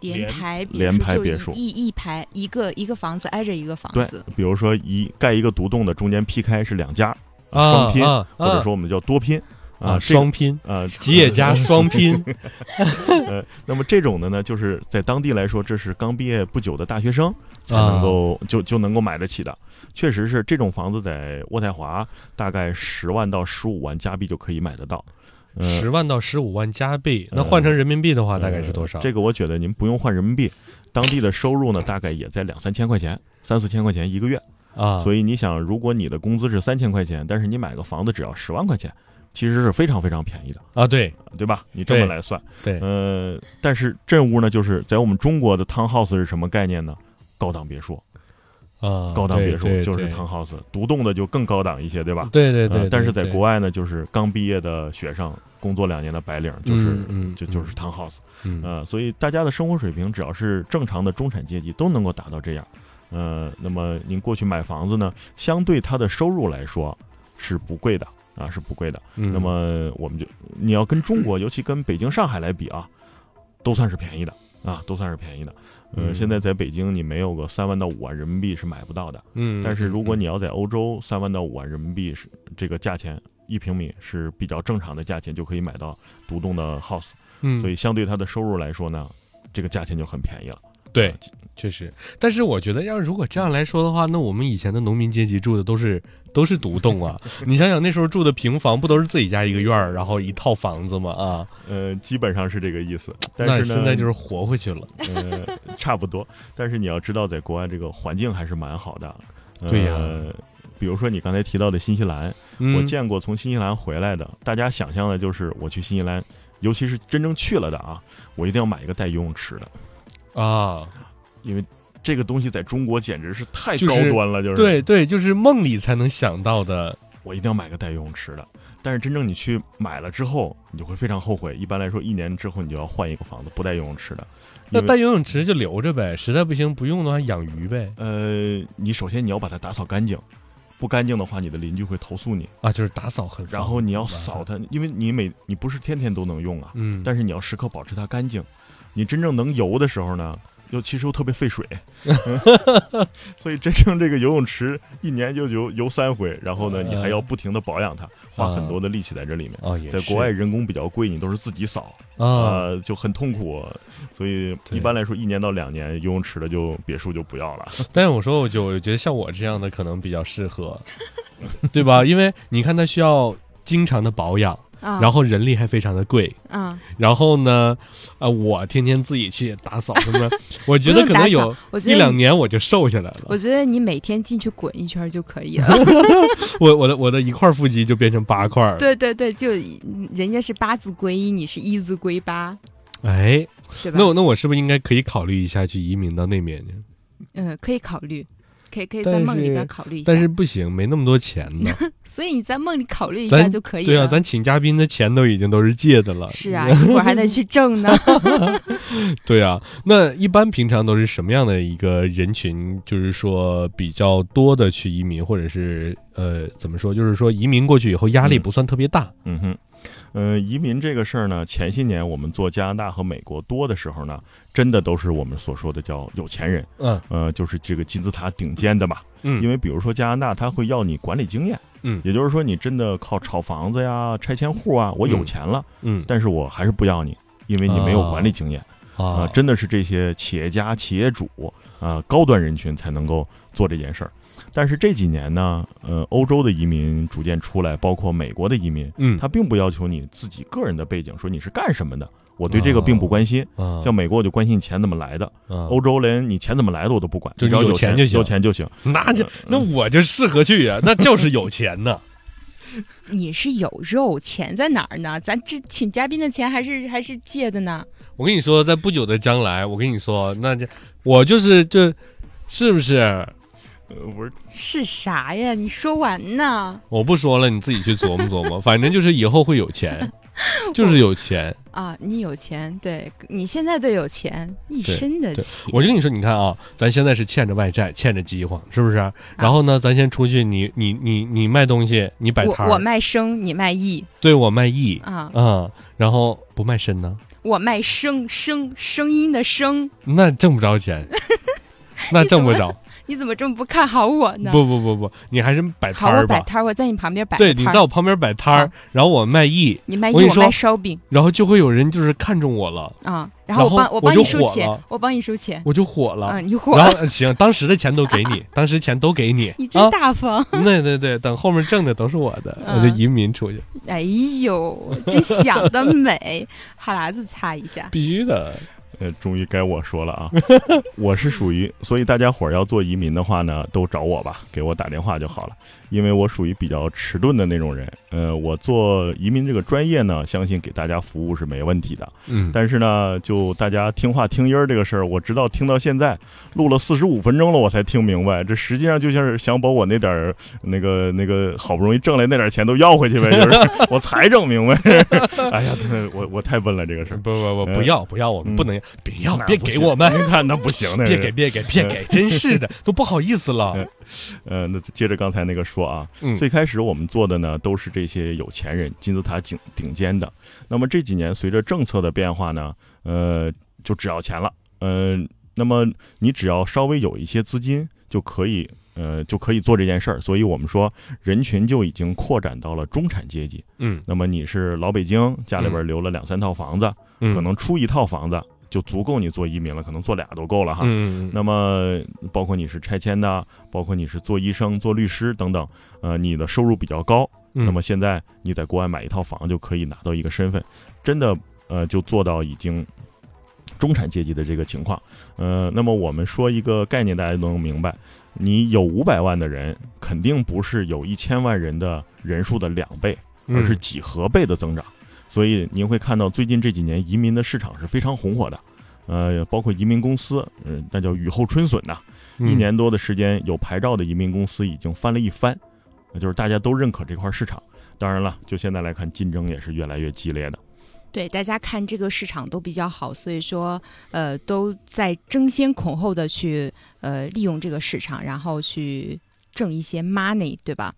S4: 连
S2: 连
S4: 排别
S3: 连
S4: 墅
S3: 排
S4: 就
S3: 别
S4: 一
S3: 墅
S4: 一一排一个一个房子挨着一个房
S3: 对
S4: 子，，
S3: 比如说一盖一个独栋的，中间劈开是两家，
S2: 啊
S3: 双拼，
S2: 啊
S3: 或者说我们叫多拼
S2: 啊，
S3: 这个
S2: 双拼，
S3: 呃
S2: *laughs* 吉野家双拼。
S3: *laughs* 呃，那么这种的呢，就是在当地来说，这是刚毕业不久的大学生才能
S2: 啊
S3: 够、就就能够买得起的。确实是这种房子在渥太华大概十万到十五万加币就可以买得到。呃、
S2: 十万到十五万加币，那
S3: 呃
S2: 换成人民币的话，大概是多少？
S3: 呃这个我觉得您不用换人民币，当地的收入呢大概也在两三千块钱，三四千块钱一个月。
S2: 啊，
S3: 所以你想，如果你的工资是三千块钱，但是你买个房子只要十万块钱，其实是非常非常便宜的，
S2: 啊，对
S3: 对吧？你这么
S2: 对
S3: 来算，
S2: 对
S3: 呃，但是镇屋呢，就是在我们中国的 townhouse 是什么概念呢？高档别墅，
S2: 啊，
S3: 高档
S2: 对
S3: 别墅
S2: 对
S3: 就是
S2: 对
S3: townhouse，独栋的就更高档一些，对吧？
S2: 对对
S3: 呃
S2: 对，
S3: 但是
S2: 对
S3: 在国，外呢，就是刚毕业的学生，工作两年的白领，就是
S2: 嗯嗯
S3: 就就是 townhouse，
S2: 对嗯
S3: 呃，所以大家的生活水平只要是正常的中产阶级，都能够达到这样。呃，那么您过去买房子呢，相对他的收入来说是不贵的啊，是不贵的。
S2: 嗯
S3: 那么我们就你要跟中国，尤其跟北京、上海来比啊，都算是便宜的啊，都算是便宜的。呃，
S2: 嗯
S3: 现在在北京你没有个三万到五万人民币是买不到的，
S2: 嗯，
S3: 但是如果
S2: 嗯
S3: 你要在欧洲，三万到五万人民币是这个价钱。一平米是比较正常的价钱，就可以买到独栋的 house。
S2: 嗯
S3: 所以相对它的收入来说呢，这个价钱就很便宜了。啊
S2: 对，确实，但是我觉得要如果这样来说的话，那我们以前的农民阶级住的都是都是独栋啊。你想想那时候住的平房，不都是自己家一个院儿，然后一套房子吗？啊，
S3: *laughs* 呃，基本上是这个
S2: *laughs*
S3: 意思。但
S2: 那
S3: 是呢，
S2: 现在就是活回去了。
S3: 呃，差不多。但是你要知道，在国外这个环境还是蛮好的。呃、
S2: 对呀
S3: 比如说你刚才提到的新西兰，
S2: 嗯
S3: 我见过从新西兰回来的，大家想象的就是我去新西兰，尤其是真正去了的啊，我一定要买一个带游泳池的，
S2: 啊，
S3: 因为这个东西在中国简直是太
S2: 就
S3: 高
S2: 是
S3: 端了，就是、
S2: 对对，就是梦里才能想到的，
S3: 我一定要买个带游泳池的。但是真正你去买了之后，你就会非常后悔。一般来说，一年之后你就要换一个房子，不带游泳池的。
S2: 那
S3: 因为
S2: 带游泳池就留着呗，实在不行不用的话养鱼呗，
S3: 呃，你首先你要把它打扫干净，不干净的话，你的邻居会投诉你。
S2: 啊，就是打扫很方便，
S3: 然后你要扫它，因为你每你不是天天都能用啊，
S2: 嗯，
S3: 但是你要时刻保持它干净。你真正能游的时候呢，又其实又特别
S2: *laughs*
S3: 费水，所以真正这个游泳池一年就游游三回，然后呢，
S2: 嗯
S3: 你还要不停的保养它，花很多的力气在这里面。
S2: 哦也
S3: 在
S2: 是
S3: 国外人工比较贵，你都是自己扫，
S2: 啊，
S3: 呃，就很痛苦，所以
S2: 对
S3: 一般来说一年到两年游泳池的就别墅就不
S2: *laughs*
S3: 要了。
S2: 但是我说我就我觉得像我这样的可能比较适合， *laughs* 对吧？因为你看它需要经常的保养，
S4: 啊，
S2: 然后人力还非常的贵，
S4: 啊，
S2: 然后呢，啊、我天天自己去打扫什么，我觉得可能有
S4: 我觉
S2: 一
S4: 得
S2: 两
S4: 你
S2: 年我就瘦下来
S4: 我
S2: 了，
S4: 觉得你每天进去滚一圈就可
S2: *laughs*
S4: 以了。
S2: 我我的我的一块腹肌就变成八块了，
S4: 对对对，就人家是八字归一，你是一字归八，
S2: 哎，
S4: 对吧？
S2: 那我那我是不是应该可以考虑一下去移民到那边去？
S4: 嗯，可以考虑，可以可以
S2: 但
S4: 在梦里
S2: 是
S4: 边考虑一下。
S2: 但是不行，没那么多钱 *laughs* 呢。
S4: 所以你在梦里考虑一
S2: 咱
S4: 下就可以
S2: 对啊，
S4: 了。
S2: 咱请嘉宾的钱都已经都是借的了。
S4: 是啊，一会儿还得去挣呢。
S2: *laughs* 对啊，那一般平常都是什么样的一个人群？就是说比较多的去移民，或者是呃，怎么说？就是说移民过去以后压力不算特别大。
S3: 嗯哼，呃，移民这个事儿呢，前些年我们做加拿大和美国多的时候呢，真的都是我们所说的叫有钱人，
S2: 嗯
S3: 呃，就是这个金字塔顶尖的嘛。
S2: 嗯
S3: 因为比如说加拿大，它会要你管理经验，
S2: 嗯
S3: 也就是说你真的靠炒房子呀、拆迁户啊，我有钱了，
S2: 嗯
S3: 但是我还是不要你，因为你没有管理经验啊、
S2: 啊，
S3: 真的是这些企业家、企业主啊、高端人群才能够做这件事儿。但是这几年呢，呃，欧洲的移民逐渐出来，包括美国的移民，
S2: 嗯
S3: 他并不要求你自己个人的背景，说你是干什么的，我对这个并不关心。
S2: 啊
S3: 像美国，我就关心你钱怎么来的；
S2: 啊
S3: 欧洲连你钱怎么来的我都不管，
S2: 就
S3: 只
S2: 是
S3: 要
S2: 有钱
S3: 钱
S2: 就行
S3: 有钱就行。
S2: *laughs* 那
S3: 啊
S2: 就那我就适合去呀、 *laughs* 那就是有钱呐。
S4: 你是有肉，钱在哪儿呢？咱这请嘉宾的钱还是还是借的呢？
S2: 我跟你说，在不久的将来，我跟你说，那就我就是就是不是？
S3: 呃，不是，
S4: 是啥呀？你说完呢？
S2: 我不说了，你自己去琢磨琢磨。 *laughs* 反正就是以后会有
S4: *laughs*
S2: 钱，就是有钱。
S4: 啊，你有钱，对你现在都有钱，一身的钱。
S2: 我就跟你说，你看啊，咱现在是欠着外债，欠着饥荒，是不
S4: 啊
S2: 是？然后呢，咱先出去，你你你你卖东西，你摆摊
S4: 我我
S2: 儿，
S4: 卖生，你卖艺
S2: 对我卖艺，
S4: 啊！
S2: 嗯，然后不卖身呢，
S4: 我卖声声声音的声，
S2: 那挣不着
S4: *laughs*
S2: 钱，那挣不着。
S4: 你怎么这么不看好我呢？
S2: 不不不不，你还是摆
S4: 好，
S2: 摊
S4: 我
S2: 儿
S4: 摆
S2: 吧。
S4: 摊儿，我在你旁边摆个
S2: 对，你
S4: 摊
S2: 在
S4: 儿。嗯
S2: 我旁边摆摊儿
S4: 好，
S2: 然后我卖艺，
S4: 你卖艺，
S2: 我跟你
S4: 我卖
S2: 说
S4: 烧饼
S2: 然后就会有人就是看中我了，
S4: 啊！然后
S2: 然后
S4: 我帮
S2: 我
S4: 帮
S2: 就
S4: 你收
S2: 火
S4: 钱
S2: 了，
S4: 我帮你收钱。
S2: 我就火了。
S4: 啊，你火
S2: 然
S4: 了，
S2: 后呃行，当时的钱都给
S4: *laughs*
S2: 你，当时钱都给你，
S4: 你真
S2: 啊！
S4: 大方。
S2: *laughs* 对对对，等后面挣的都是我的，我就
S4: 嗯
S2: 移民出去，
S4: 哎 *laughs* 呦，真想得美！ *laughs* 哈喇子擦一下。
S2: 必须的。
S3: 呃，终于该我说了啊， *laughs* 我是属于，所以大家伙儿要做移民的话呢，都找我吧，给我打电话就好了，因为我属于比较迟钝的那种人。呃，我做移民这个专业呢，相信给大家服务是没问题的。
S2: 嗯，
S3: 但是呢，就大家听话听音儿这个事儿，我直到听到现在，录了四十五分钟了，我才听明白，这实际上就像是想把我那点儿那个那个好不容易挣来那点儿钱都要回去呗，就是 *laughs* 我才整明白。 *laughs* 哎呀，真的我我太笨了这个事
S2: 不
S3: 儿。
S2: 不不，不
S3: 呃
S2: 要不要，我们
S3: 嗯
S2: 不能别要，
S3: 那
S2: 别
S3: 不
S2: 给
S3: 行
S2: 我们，
S3: 那那不行，那
S2: 别
S3: 是
S2: 给别给别给，真是
S3: *laughs*
S2: 的，都不好意思了
S3: 嗯。呃，那接着刚才那个说啊，
S2: 嗯
S3: 最开始我们做的呢都是这些有钱人、金字塔顶顶尖的。那么这几年随着政策的变化呢，呃，就只要钱了，嗯、那么你只要稍微有一些资金就可以，呃，就可以做这件事儿。所以我们说，人群就已经扩展到了中产阶级。
S2: 嗯
S3: 那么你是老北京，家里边留了两三套房子，
S2: 嗯，
S3: 可能出一套房子就足够你做移民了，可能做俩都够了哈。
S2: 嗯，嗯
S3: 那么，包括你是拆迁的，包括你是做医生、做律师等等，呃，你的收入比较高，
S2: 嗯
S3: 那么现在你在国外买一套房就可以拿到一个身份，真的，呃，就做到已经中产阶级的这个情况。呃，那么我们说一个概念，大家都能明白。你有五百万的人，肯定不是有一千万人的人数的两倍，
S2: 嗯
S3: 而是几何倍的增长。所以您会看到最近这几年移民的市场是非常红火的，呃，包括移民公司，嗯、那叫雨后春笋呐、
S2: 嗯
S3: 一年多的时间，有牌照的移民公司已经翻了一番，那就是大家都认可这块市场。当然了，就现在来看，竞争也是越来越激烈的。
S4: 对，大家看这个市场都比较好，所以说，呃，都在争先恐后的去呃利用这个市场，然后去挣一些 money，对吧？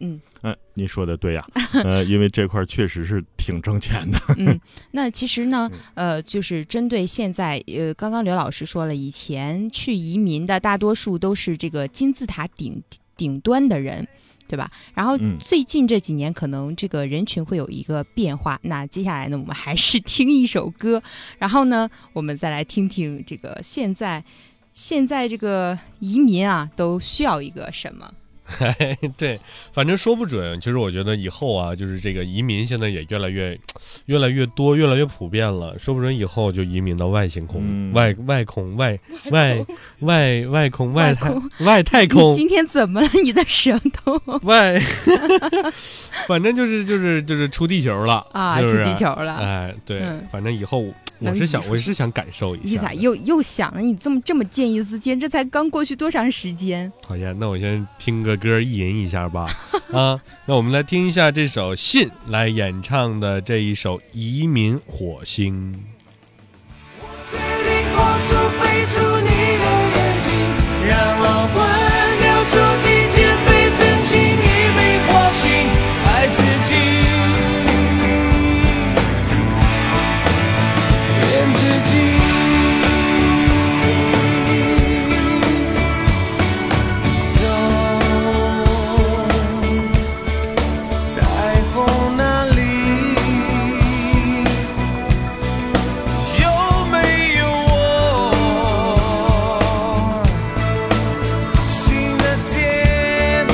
S4: 嗯，
S3: 嗯、您说的对呀、呃，因为这块确实是挺挣钱的。
S4: 嗯，那其实呢，呃，就是针对现在，呃，刚刚刘老师说了，以前去移民的大多数都是这个金字塔顶顶端的人，对吧？然后
S3: 嗯
S4: 最近这几年，可能这个人群会有一个变化。那接下来呢，我们还是听一首歌，然后呢，我们再来听听这个现在现在这个移民啊，都需要一个什么？
S2: 哎， *laughs* 对，反正说不准。其实我觉得以后啊，就是这个移民现在也越来越、越来越多、越来越普遍了。说不准以后就移民到外星空、
S3: 嗯
S2: 外外空、外外外外空、外
S4: 外
S2: 太
S4: 空
S2: 外太
S4: *laughs* 你
S2: 空、
S4: 今天怎么了？你的舌头
S2: 外， *laughs* 反正就是就是就是出地球了
S4: 啊，
S2: 是
S4: 去
S2: 不是
S4: 地球了。
S2: 哎，对，
S4: 嗯
S2: 反正以后我
S4: 能
S2: 是
S4: 移
S2: 想，
S4: 出
S2: 我是想感受一
S4: 你
S2: 下
S4: 咋
S2: 的。
S4: 又又想了？你这么这么见异思迁，这才刚过去多长时间？
S2: 讨厌，那我先听个歌意淫一下吧。啊，那我们来听一下这首《信》来演唱的这一首《移民火星》。
S6: 决定光速飞出你的眼睛，让我关掉手机，减肥成型，一笔火星，爱自己，骗自己。走，彩虹那里。有没有我新的天？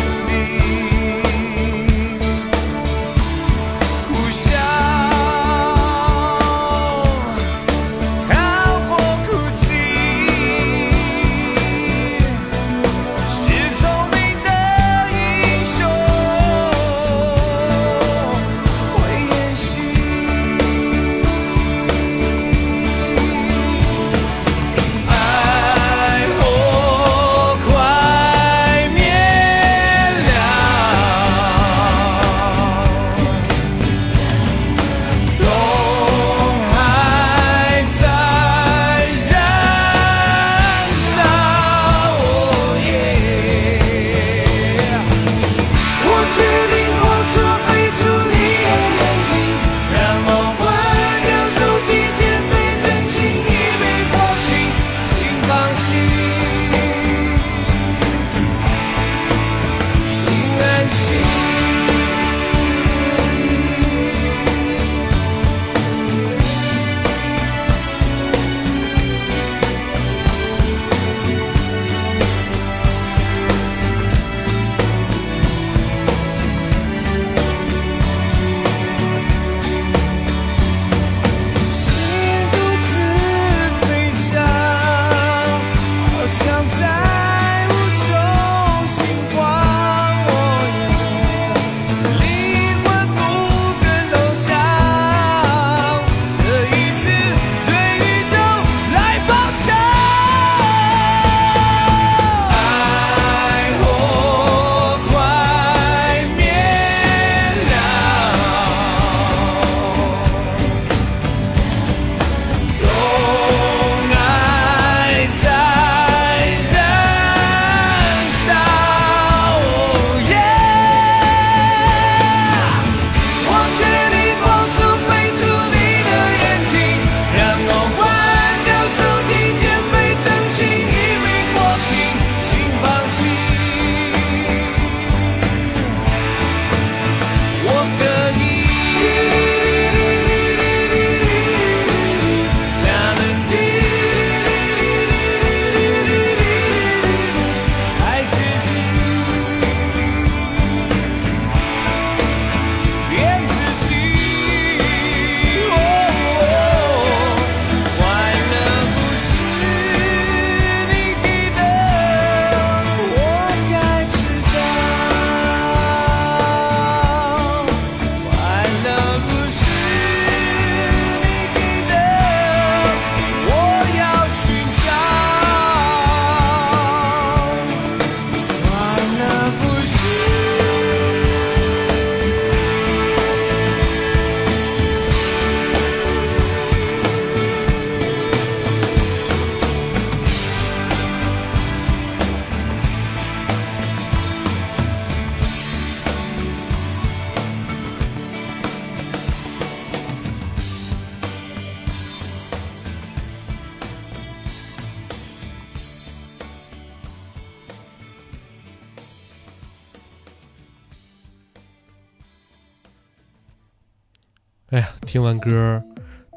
S2: 哎呀，听完歌，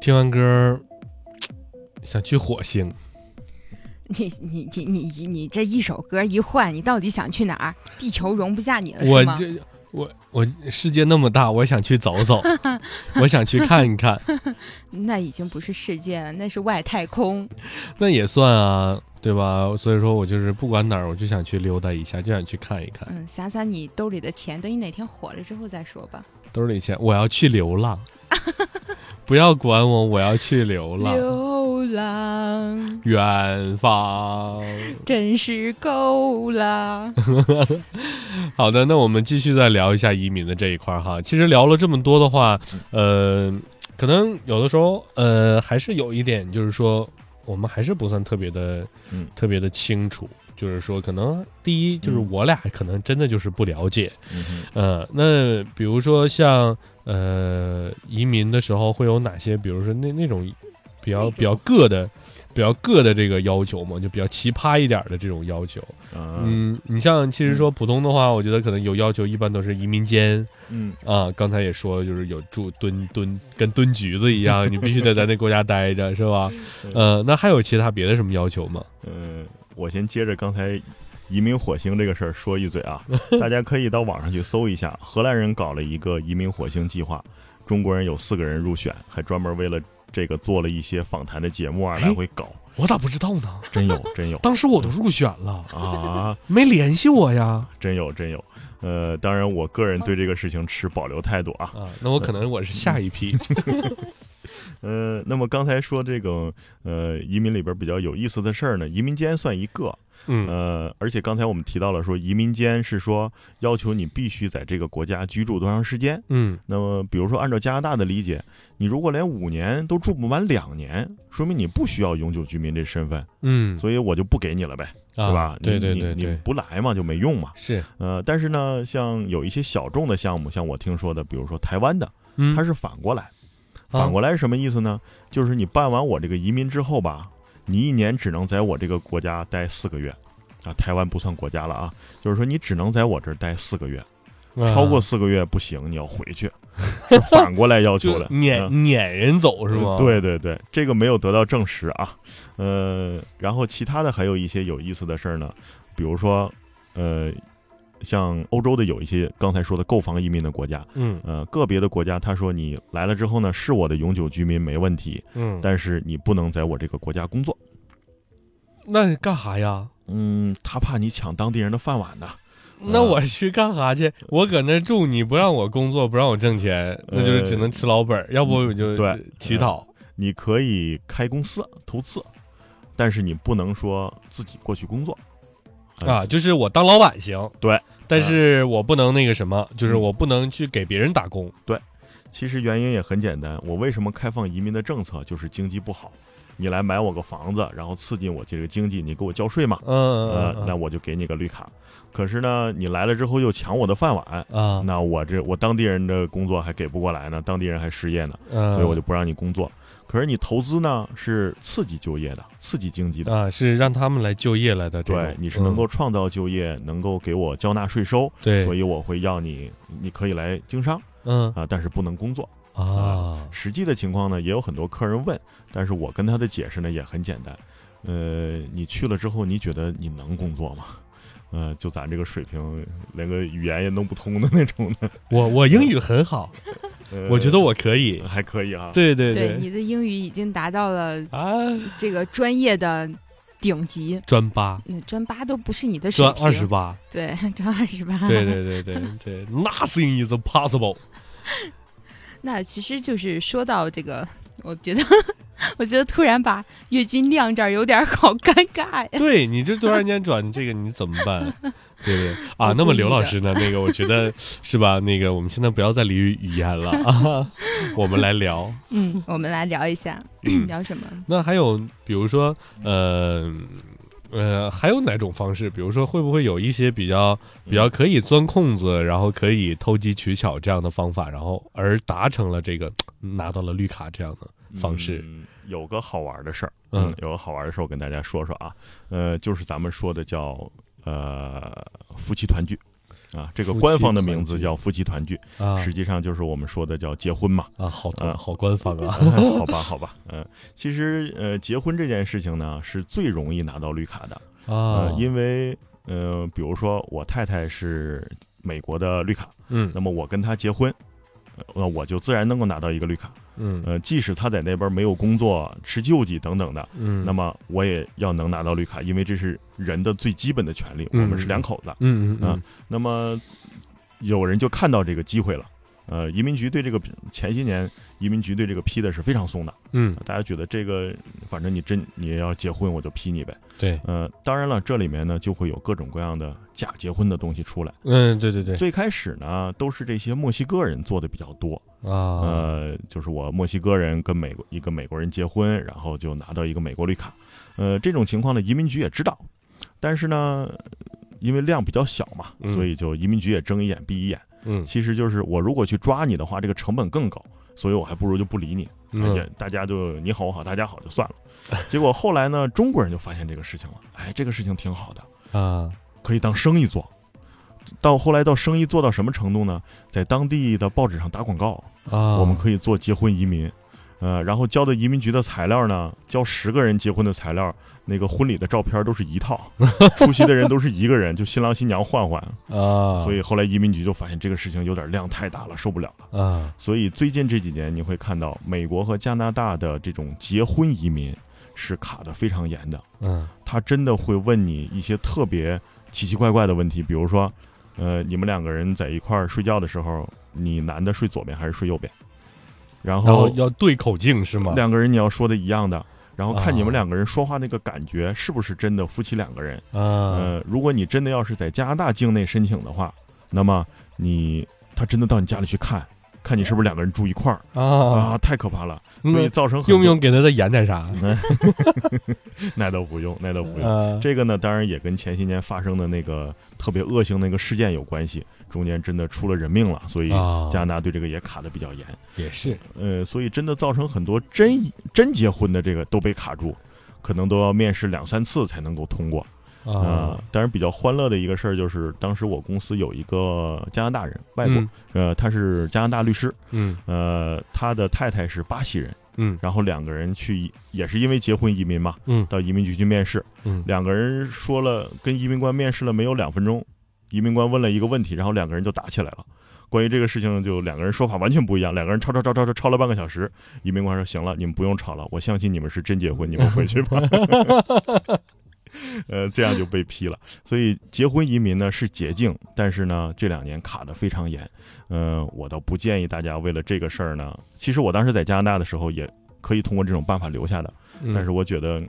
S2: 听完歌，想去火星。
S4: 你你你你你你这一首歌一换，你到底想去哪儿？地球容不下你了
S2: 我
S4: 呃是吗？
S2: 这我我世界那么大，我想去走 *laughs* 走，我想去看一看，
S4: 那已经不是世界了，那是外太空。
S2: 那也算啊，对吧？所以说我就是不管哪儿，我就想去溜达一下，就想去看一看。
S4: 嗯，想想你兜里的钱，等你哪天火了之后再说吧。
S2: 兜里钱，我要去流
S3: *laughs*
S2: 浪，不要管我，我要去流浪。
S4: 流
S2: *laughs*
S4: 浪
S2: 远方，
S4: 真是够了。
S2: 好的，那我们继续再聊一下移民的这一块儿哈。其实聊了这么多的话，
S3: 嗯
S2: 呃，可能有的时候，呃，还是有一点，就是说，我们还是不算特别的，
S3: 嗯
S2: 特别的清楚。就是说，可能第一就是
S3: 嗯
S2: 我俩可能真的就是不了解，
S3: 嗯哼
S2: 呃，那比如说像呃移民的时候会有哪些，比如说那那种比较比较个的、比较个的这个要求嘛，就比较奇葩一点儿的这种要求。
S3: 嗯
S2: 嗯，你像其实说普通的话，我觉得可能有要求，一般都是移民监
S3: 嗯
S2: 啊。刚才也说了，就是有住蹲蹲跟蹲橘子一 *laughs* 样，你必须得在那国家待着，是吧？呃，那还有其他别的什么要求吗？
S3: 嗯，我先接着刚才移民火星这个事儿说一嘴啊，大家可以到网上去搜一下，荷兰人搞了一个移民火星计划，中国人有四个人入选，还专门为了这个做了一些访谈的节目啊，
S2: 哎
S3: 来回搞，
S2: 我咋不知道呢？
S3: 真有真有
S2: 当时我都入选了，
S3: 啊，
S2: 没联系我呀。
S3: 真有真有。呃，当然，我个人对这个事情持保留态度啊。
S2: 啊，那我可能我是下一批。
S3: 呃，那么刚才说这个呃，移民里边比较有意思的事儿呢，移民监算一个，
S2: 嗯
S3: 呃，而且刚才我们提到了说，移民监是说要求你必须在这个国家居住多长时间。
S2: 嗯
S3: 那么，比如说按照加拿大的理解，你如果连五年都住不满两年，说明你不需要永久居民这身份，
S2: 嗯，
S3: 所以我就不给你了呗，
S2: 啊
S3: 对吧？
S2: 对对
S3: 你
S2: 对
S3: 你你
S2: 对，
S3: 不来嘛就没用嘛。
S2: 是，
S3: 呃，但是呢，像有一些小众的项目，像我听说的，比如说台湾的，
S2: 嗯，
S3: 它是反过来。
S2: 啊
S3: 反过来是什么意思呢？就是你办完我这个移民之后吧，你一年只能在我这个国家待四个月，啊，台湾不算国家了啊，就是说你只能在我这儿待四个月，
S2: 啊
S3: 超过四个月不行，你要回去，是反过来要求
S2: *laughs* 就
S3: 的。嗯
S2: 撵撵人走是吗？，
S3: 对对对，这个没有得到证实啊。呃，然后其他的还有一些有意思的事儿呢，比如说，呃，像欧洲的有一些刚才说的购房移民的国家，
S2: 嗯
S3: 呃，个别的国家他说你来了之后呢，是我的永久居民没问题，
S2: 嗯，
S3: 但是你不能在我这个国家工作。
S2: 那干啥呀？
S3: 嗯，他怕你抢当地人的饭碗呢。
S2: 那我去干啥
S3: 嗯
S2: 去？我搁那住，你不让我工作，不让我挣钱，那就是只能吃老本儿，要不我就
S3: 呃嗯对
S2: 乞讨。
S3: 你可以开公司投资，但是你不能说自己过去工作。呃
S2: 啊，就是我当老板行，
S3: 嗯对，嗯
S2: 但是我不能那个什么，就是我不能去给别人打工。
S3: 其实原因也很简单，我为什么开放移民的政策就是经济不好，你来买我个房子，然后刺激我这个经济，你给我交税嘛，
S2: 嗯
S3: 呃，那我就给你个绿卡。可是呢，你来了之后又抢我的饭碗，
S2: 啊，
S3: 那我这我当地人的工作还给不过来呢，当地人还失业呢，
S2: 嗯，
S3: 所以我就不让你工作。可是你投资呢是刺激就业的，刺激经济的，
S2: 啊，是让他们来就业来的这种。
S3: 对，你是能够
S2: 嗯
S3: 创造就业，能够给我交纳税收，
S2: 对，
S3: 所以我会要你，你可以来经商
S2: 嗯
S3: 啊，但是不能工作。
S2: 啊，
S3: 实际的情况呢，也有很多客人问，但是我跟他的解释呢也很简单，呃，你去了之后，你觉得你能工作吗？呃，就咱这个水平，连个语言也弄不通的那种的，
S2: 我我英语很好，
S3: 呃
S2: 我觉得我可以。
S3: 还可以啊。
S2: 对对
S4: 对，你的英语已经达到了
S2: 啊，
S4: 这个专业的顶级，
S2: 专八，
S4: 那专八都不是你的水
S2: 专
S4: 平。
S2: 二十
S4: *laughs*
S2: 八，
S4: 对，专二十八。
S2: 对。对对对对，Nothing is impossible。
S4: 那其实就是说到这个，我觉得， *laughs* 我觉得突然把岳军亮这儿有点儿好尴尬呀。
S2: 对你这突然间转这个，你怎么办？对不对啊
S4: 我，
S2: 那么
S4: 故意
S2: 刘老
S4: 的
S2: 师呢？那个我觉得是吧？那个我们现在不要再理语言了啊，我们来聊。
S4: 嗯，我们来聊一下，聊什么？
S2: 那还有比如说，呃呃，还有哪种方式？比如说，会不会有一些比较
S3: 嗯
S2: 比较可以钻空子，然后可以偷机取巧这样的方法，然后而达成了这个拿到了绿卡这样的？方式
S3: 嗯有个好玩的事儿，
S2: 嗯
S3: 有个好玩的事儿，我跟大家说说啊，呃，就是咱们说的叫呃夫妻团聚，啊，这个
S2: 夫妻
S3: 官方的
S2: 团
S3: 名字
S2: 聚
S3: 叫夫妻团聚，
S2: 啊
S3: 实际上嗯就是我们说的叫结婚
S2: *laughs*
S3: 嘛。
S2: 啊，好多
S3: 啊
S2: 好官方啊，
S3: 好吧，好吧，嗯、其实呃，结婚这件事情呢，是最容易拿到绿卡的，
S2: *laughs* 啊
S3: 呃，，因为呃，比如说我太太是美国的绿卡，
S2: 嗯
S3: 那么我跟她结婚，呃那我就自然能够拿到一个绿卡，
S2: 嗯
S3: 呃，即使她在那边没有工作、吃救济等等的，
S2: 嗯，
S3: 那么我也要能拿到绿卡，因为这是人的最基本的权利，我
S2: 嗯
S3: 们是两口子，
S2: 嗯嗯嗯
S3: 啊那么有人就看到这个机会了。呃，移民局对这个前些年，移民局对这个批的是非常松的，
S2: 嗯，
S3: 大家觉得这个，反正你真你要结婚，我就批你呗。
S2: 对，
S3: 呃，当然了，这里面呢就会有各种各样的假结婚的东西出来。
S2: 嗯对对对
S3: 最开始呢，都是这些墨西哥人做的比较多。
S2: 啊，
S3: 呃，就是我墨西哥人跟美国一个美国人结婚，然后就拿到一个美国绿卡。呃，这种情况呢，移民局也知道，但是呢，因为量比较小嘛，
S2: 嗯
S3: 所以就移民局也睁一眼闭一眼。
S2: 嗯
S3: 其实就是我如果去抓你的话，这个成本更高，所以我还不如就不理你。
S2: 嗯
S3: 也大家就你好我好大家好就算了。结果后来呢，中国人就发现这个事情了，哎，这个事情挺好的，
S2: 啊，
S3: 可以当生意做。到后来到生意做到什么程度呢？在当地的报纸上打广告，
S2: 啊，
S3: 我们可以做结婚移民，呃，然后交的移民局的材料呢，交十个人结婚的材料，那个婚礼的照片都是一套，
S2: *laughs*
S3: 出席的人都是一个人，就新郎新娘换换。
S2: 啊，
S3: 所以后来移民局就发现这个事情有点量太大了，受不了了。
S2: 啊，
S3: 所以最近这几年，你会看到美国和加拿大的这种结婚移民是卡得非常严的，
S2: 嗯
S3: 他真的会问你一些特别奇奇怪怪的问题，比如说，呃，你们两个人在一块儿睡觉的时候，你男的睡左边还是睡右边？然
S2: 然后
S3: 后
S2: 要对口径是吗？
S3: 两个人你要说的一样的，然后看你
S2: 啊
S3: 们两个人说话那个感觉是不是真的夫妻两个人？
S2: 啊，
S3: 呃，如果你真的要是在加拿大境内申请的话，那么你他真的到你家里去看看你是不是两个人住一块儿。
S2: 啊，
S3: 啊，太可怕了，所
S2: 那
S3: 以造
S2: *laughs*
S3: 成很多
S2: 用嗯不用给他再演点啥？
S3: *laughs* 那都不用，那都不用。
S2: 啊，
S3: 这个呢，当然也跟前些年发生的那个特别恶性那个事件有关系，中间真的出了人命了，所以
S2: 啊
S3: 加拿大对这个也卡的比较严。
S2: 也是，
S3: 呃，所以真的造成很多真真结婚的这个都被卡住，可能都要面试两三次才能够通过呃
S2: 啊，
S3: 当然，比较欢乐的一个事儿就是，当时我公司有一个加拿大人，外国，
S2: 嗯
S3: 呃，他是加拿大律师，
S2: 嗯
S3: 呃，他的太太是巴西人。
S2: 嗯
S3: 然后两个人去也是因为结婚移民嘛，
S2: 嗯
S3: 到移民局去面试，
S2: 嗯
S3: 两个人说了跟移民官面试了没有两分钟，移民官问了一个问题，然后两个人就打起来了。关于这个事情，就两个人说法完全不一样，两个人吵吵吵吵吵吵了半个小时。移民官说：“行了，你们不用吵了，我相信你们是真结婚，你们回去吧。” *laughs* 呃，这样就被批了。所以结婚移民呢是捷径，但是呢这两年卡得非常严。呃，我倒不建议大家为了这个事儿呢。其实我当时在加拿大的时候，也可以通过这种办法留下的，
S2: 嗯
S3: 但是我觉得嘖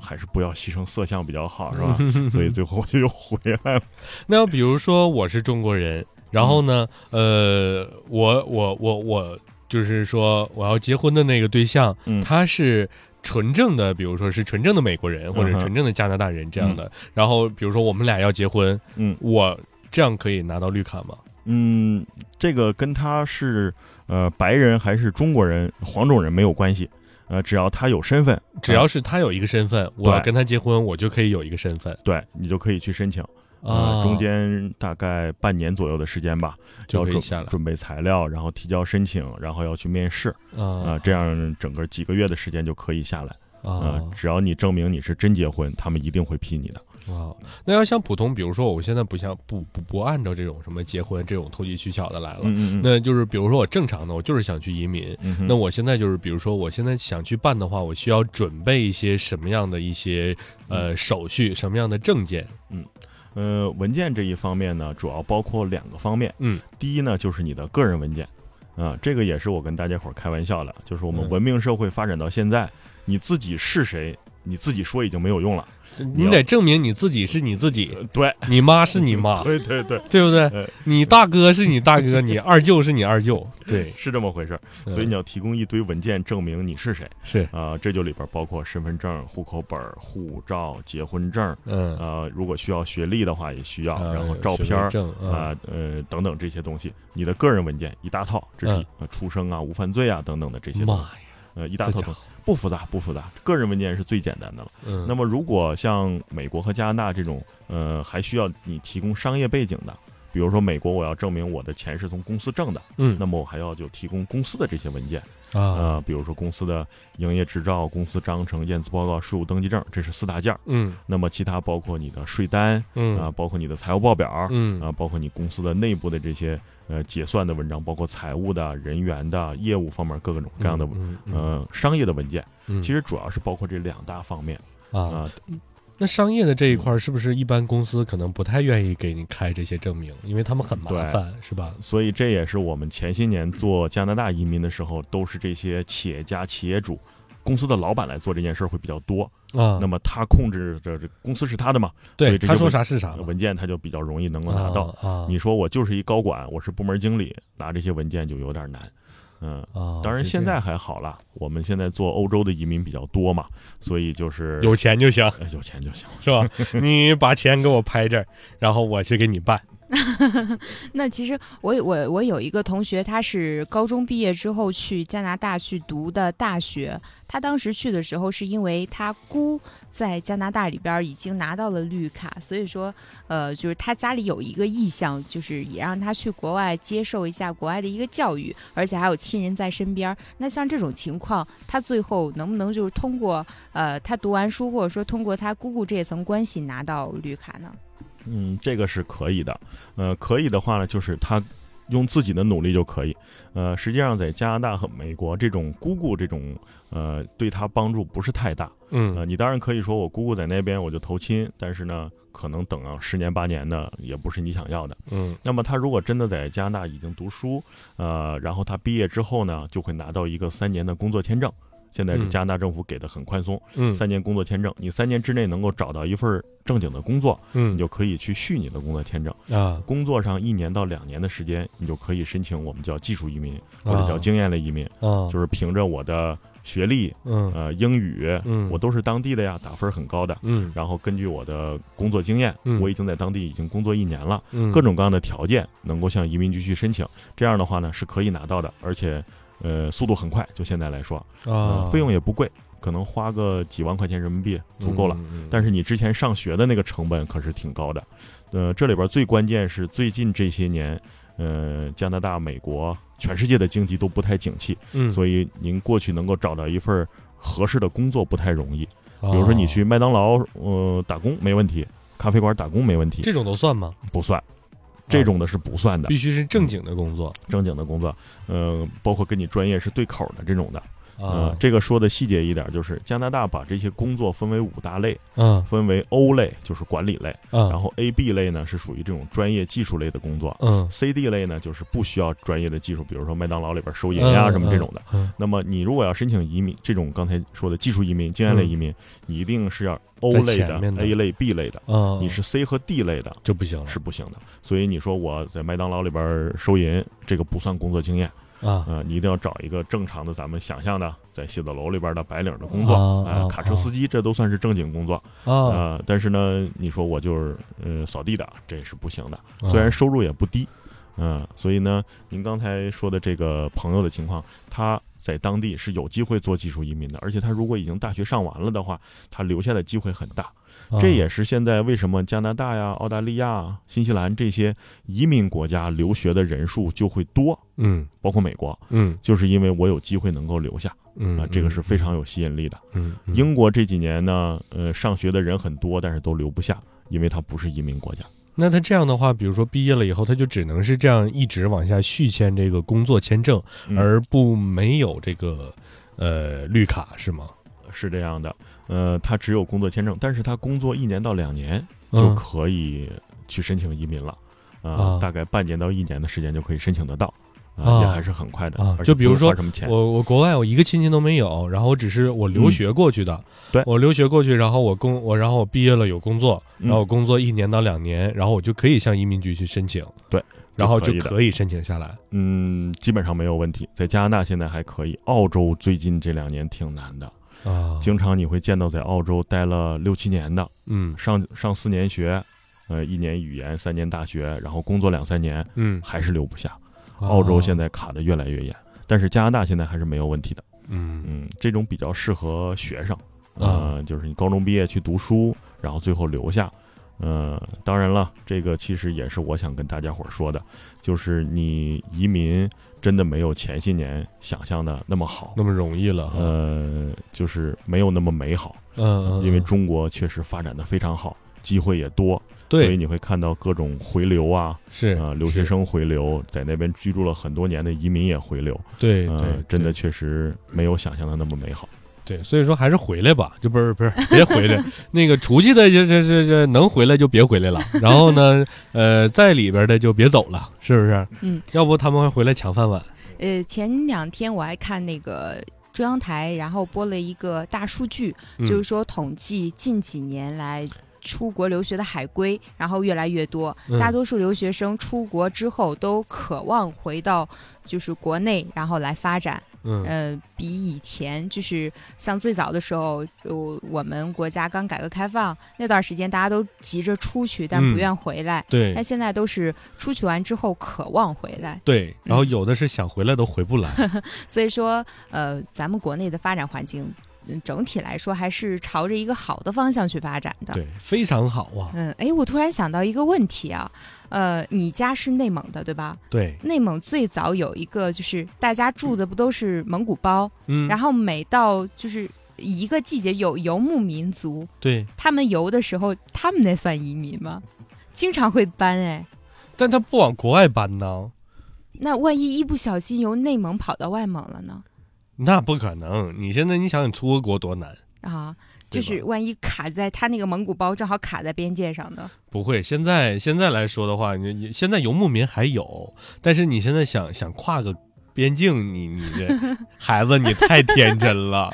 S3: 还是不要牺牲色相比较好，是吧？
S2: *laughs*
S3: 所以最后我就又回来了。
S2: 那要比如说我是中国人，然后呢，呃，我我我我就是说我要结婚的那个对象，
S3: 嗯
S2: 他是。纯正的，比如说是纯正的美国人或者
S3: 嗯哼
S2: 纯正的加拿大人这样的，然后比如说我们俩要结婚，
S3: 嗯
S2: 我这样可以拿到绿卡吗？
S3: 嗯，这个跟他是呃白人还是中国人、黄种人没有关系，呃，只要他有身份，
S2: 只要是他有一个身份，我要跟他结婚，我就可以有一个身份
S3: 对你就可以去申请。
S2: 啊
S3: 呃，，中间大概半年左右的时间吧，
S2: 就
S3: 要
S2: 可以
S3: 准
S2: 下来
S3: 准备材料，然后提交申请，然后要去面试啊、
S2: 啊
S3: 这样整个几个月的时间就可以下来啊、
S2: 啊
S3: 只要你证明你是真结婚，他们一定会批你的。
S2: 啊！那要像普通，比如说我现在不像不不不按照这种什么结婚这种投机取巧的来了，
S3: 嗯嗯嗯
S2: 那就是比如说我正常的，我就是想去移民。
S3: 嗯哼，
S2: 那我现在就是，比如说我现在想去办的话，我需要准备一些什么样的一些呃
S3: 嗯
S2: 手续，什么样的证件？
S3: 呃，文件这一方面呢，主要包括两个方面。
S2: 嗯，
S3: 第一呢，就是你的个人文件，啊、这个也是我跟大家伙儿开玩笑的，就是我们
S2: 嗯
S3: 文明社会发展到现在，你自己是谁，你自己说已经没有用了。
S2: 你得证明你自己是你自己，
S3: 呃对，
S2: 你妈是你妈，
S3: *laughs* 对对对
S2: 对不对
S3: 呃？
S2: 你大哥是你大哥，你二舅是你二舅，对，
S3: 是这么回事儿。
S2: 嗯
S3: *laughs* 所以你要提供一堆文件证明你是谁 *laughs*
S2: 是
S3: 啊、这就里边包括身份证、户口本、护照、结婚证，
S2: 嗯，
S3: 呃，如果需要学历的话也需要，
S2: 呃
S3: 然后照
S2: 身份
S3: 片儿。
S2: 证啊
S3: 啊，呃等等这些东西，你的个人文件一大套，这是
S2: 嗯
S3: 呃出生啊、无犯罪啊等等的这些东西，
S2: 妈呀，
S3: 呃一大
S2: 这
S3: 套
S2: 家
S3: 东
S2: 伙
S3: 西，，不复杂不复杂，个人文件是最简单的了。
S2: 嗯，
S3: 那么如果像美国和加拿大这种，呃还需要你提供商业背景的，比比如说美国，我要证明我的钱是从公司挣的，
S2: 嗯
S3: 那么我还要就提供公司的这些文件，
S2: 啊，
S3: 呃，比如说公司的营业执照、公司章程、验资报告、税务登记证，这是四大件儿。
S2: 嗯
S3: 那么其他包括你的税单啊、
S2: 嗯
S3: 包括你的财务报表啊、
S2: 嗯
S3: 包括你公司的内部的这些呃结算的文章，包括财务的、人员的、业务方面各种各样的、
S2: 嗯
S3: 呃商业的文件。
S2: 嗯
S3: 其实主要是包括这两大方面
S2: 啊，
S3: 啊、
S2: 那商业的
S3: 嗯
S2: 这一块儿是不是一般公司可能不太愿意给你开这些证明，因为他们很麻
S3: 对
S2: 烦，是吧？
S3: 所以这也是我们前些年做加拿大移民的时候，都是这些企业家、企业主。公司的老板来做这件事儿会比较多，
S2: 啊，
S3: 那么他控制着这公司是他的嘛，所
S2: 对
S3: 以这
S2: 他
S3: 就
S2: 说
S3: 会呃
S2: 啥是啥嘛，
S3: 文件他就比较容易能够拿到。
S2: 啊。啊
S3: 你说我就是一高管，我是部门经理，拿这些文件就有点难。嗯，
S2: 啊，
S3: 当然
S2: 是
S3: 现
S2: 这
S3: 在
S2: 样
S3: 还好啦，我们现在做欧洲的移民比较多嘛，所以就是
S2: 有钱就行，
S3: 哎有钱就行。
S2: 是
S3: *laughs*
S2: 吧？你把钱给我拍这儿，然后我去给你办。
S4: 那其实我有我我有一个同学，他是高中毕业之后去加拿大去读的大学。他当时去的时候，是因为他姑在加拿大里边儿已经拿到了绿卡，所以说，呃，就是他家里有一个意向，就是也让他去国外接受一下国外的一个教育，而且还有亲人在身边儿。那像这种情况，他最后能不能就是通过呃他读完书，或者说通过他姑姑这层关系拿到绿卡呢？
S3: 嗯，这个是可以的。呃，可以的话呢，就是他用自己的努力就可以。呃，实际上在加拿大和美国，这种姑姑这种呃，对他帮助不是太大。呃，
S2: 嗯
S3: 你当然可以说我姑姑在那边我就投亲，但是呢，可能等啊十年八年的也不是你想要的。
S2: 嗯
S3: 那么他如果真的在加拿大已经读书，呃，然后他毕业之后呢，就会拿到一个三年的工作签证。现在是
S2: 嗯
S3: 加拿大政府给的很宽松，
S2: 嗯
S3: 三年工作签证，你三年之内能够找到一份正经的工作，
S2: 嗯
S3: 你就可以去续你的工作签证。
S2: 啊
S3: 工作上一年到两年的时间，你就可以申请我们叫技术移民或
S2: 啊
S3: 者叫经验类移民，
S2: 啊，
S3: 就是凭着我的学历、
S2: 嗯
S3: 呃英语，
S2: 嗯
S3: 我都是当地的呀，打分很高的。
S2: 嗯
S3: 然后根据我的工作经验，
S2: 嗯
S3: 我已经在当地已经工作一年了，
S2: 嗯
S3: 各种各样的条件能够向移民局去申请，这样的话呢是可以拿到的，而且呃速度很快，就现在来说，呃
S2: 啊
S3: 费用也不贵，可能花个几万块钱人民币足够了。，
S2: 嗯
S3: 但是你之前上学的那个成本可是挺高的，呃，这里边最关键是最近这些年，呃，加拿大、美国、全世界的经济都不太景气，
S2: 嗯，
S3: 所以您过去能够找到一份合适的工作不太容易。
S2: 比
S3: 比如说你去麦当劳，呃，打工没问题，咖啡馆打工没问题，
S2: 这种都算吗？
S3: 不算，这种的是不算的，
S2: 必须是正经的工作
S3: 正经的工作，呃，包括跟你专业是对口的这种的。呃
S2: 啊，，
S3: 这个说的细节一点，就是加拿大把这些工作分为五大类，
S2: 嗯
S3: 分为 O 类就是管理类，
S2: 嗯，
S3: 然后 A、B 类呢是属于这种专业技术类的工作。
S2: 嗯
S3: C、D 类呢，就是不需要专业的技术，比如说麦当劳里边收银呀、
S2: 嗯
S3: 什么这种的。
S2: 嗯
S3: 那么你如果要申请移民，这种刚才说的技术移民、经验类移民，你一定是要 O
S2: 嗯在
S3: 类的
S2: 前面、的
S3: A 类、B 类的，
S2: 嗯，
S3: 你是 C 和 D 类的
S2: 就不行了
S3: 是不行的。所以你说我在麦当劳里边收银，这个不算工作经验，
S2: 啊
S3: 呃，你一定要找一个正常的咱们想象的，在写字楼里边的白领的工作，
S2: 啊
S3: 呃
S2: 啊
S3: 卡车司机这都算是正经工作，
S2: 啊，
S3: 呃，但是呢，你说我就是呃扫地的，这是不行的，
S2: 啊
S3: 虽然收入也不低，嗯、所以呢，您刚才说的这个朋友的情况，他在当地是有机会做技术移民的，而且他如果已经大学上完了的话，他留下的机会很大。
S2: 啊
S3: 这也是现在为什么加拿大呀、澳大利亚、新西兰这些移民国家留学的人数就会多，
S2: 嗯
S3: 包括美国，
S2: 嗯
S3: 就是因为我有机会能够留下啊、
S2: 嗯，
S3: 这个是非常有吸引力的。
S2: 嗯嗯
S3: 英国这几年呢，呃，上学的人很多，但是都留不下，因为它不是移民国家。
S2: 那他这样的话，比如说毕业了以后，他就只能是这样一直往下续签这个工作签证，
S3: 嗯
S2: 而不没有这个呃绿卡是吗？
S3: 是这样的，呃，他只有工作签证，但是他工作一年到两年就
S2: 嗯
S3: 可以去申请移民了，啊、
S2: 啊
S3: 大概半年到一年的时间就可以申请得到，啊、
S2: 啊
S3: 也还是很快的，
S2: 啊
S3: 而且
S2: 就比如
S3: 不用
S2: 说
S3: 花什么钱，
S2: 我我国外我一个亲戚都没有，然后我只是我留学过去的，
S3: 嗯对
S2: 我留学过去，然后我工我然后我毕业了有工作，
S3: 嗯
S2: 然后我工作一年到两年，然后我就可以向移民局去申请，
S3: 对，
S2: 然后就
S3: 就可以的
S2: 可以申请下来
S3: 嗯，基本上没有问题。在加拿大现在还可以，澳洲最近这两年挺难的，
S2: 啊，
S3: 经常你会见到在澳洲待了六七年的，
S2: 嗯
S3: 上上四年学，呃，一年语言，三年大学，然后工作两三年，
S2: 嗯，啊
S3: 还是留不下。
S2: 哦
S3: 澳洲现
S2: 在
S3: 在卡的越来越严，但是加拿大现在还是没有问题的。
S2: 嗯
S3: 嗯，这种比较适合学生，
S2: 啊
S3: 呃，就是你高中毕业去读书，然后最后留下，呃，当然了，这个其实也是我想跟大家伙儿说的，就是你移民真的没有前些年想象的那么好，
S2: 那么容易了哈，
S3: 呃，就是没有那么美好，
S2: 嗯，嗯
S3: 因为
S2: 嗯
S3: 中国确实发展的非常好，机会也多，所以
S2: 对
S3: 你会看到各种回流啊，
S2: 是
S3: 啊、留学
S2: 是
S3: 生回流，在那边居住了很多年的移民也回流，
S2: 对
S3: 呃
S2: 对，，
S3: 真的
S2: 对
S3: 确实没有想象的那么美好。
S2: 对，所以说还是回来吧，就不是不是别回
S3: *laughs*
S2: 来，那个出去的就这这这能回来就别回来了，然后呢，呃，在里边的就别走了，是不是？
S4: 嗯，
S2: 要不他们会回来抢饭碗。
S4: 呃，前两天我还看那个中央台，然后播了一个大数据，
S2: 嗯
S4: 就是说统计近几年来。出国留学的海归，然后越来越多
S2: 嗯，
S4: 大多数留学生出国之后都渴望回到就是国内，然后来发展。
S2: 嗯
S4: 呃，比以前就是像最早的时候，我我们国家刚改革开放那段时间，大家都急着出去，但
S2: 嗯
S4: 不愿回来。
S2: 对
S4: 但现在都是出去完之后渴望回来，
S2: 对，然
S4: 嗯
S2: 后有的是想回来都回不来。
S4: *laughs* 所以说，呃，咱们国内的发展环境，嗯，整体来说还是朝着一个好的方向去发展的。
S2: 对，非常好啊。
S4: 嗯，哎，我突然想到一个问题啊，呃，你家是内蒙的对吧？
S2: 对，
S4: 内蒙最早有一个就是大家住的不都是蒙古包，
S2: 嗯，
S4: 然后每到就是一个季节有游牧民族，
S2: 对，
S4: 他们游的时候，他们那算移民吗？经常会搬哎，
S2: 但他不往国外搬呢，
S4: 那万一一不小心由内蒙跑到外蒙了呢？
S2: 那不可能。你现在你想想出国多难，
S4: 啊，
S2: 对
S4: 就
S2: 吧
S4: 是万一卡在他那个蒙古包正好卡在边界上的，
S2: 不会，现在现在来说的话，你你现在游牧民还有，但是你现在想想跨个边境，你你这 *laughs* 孩子你太天真了。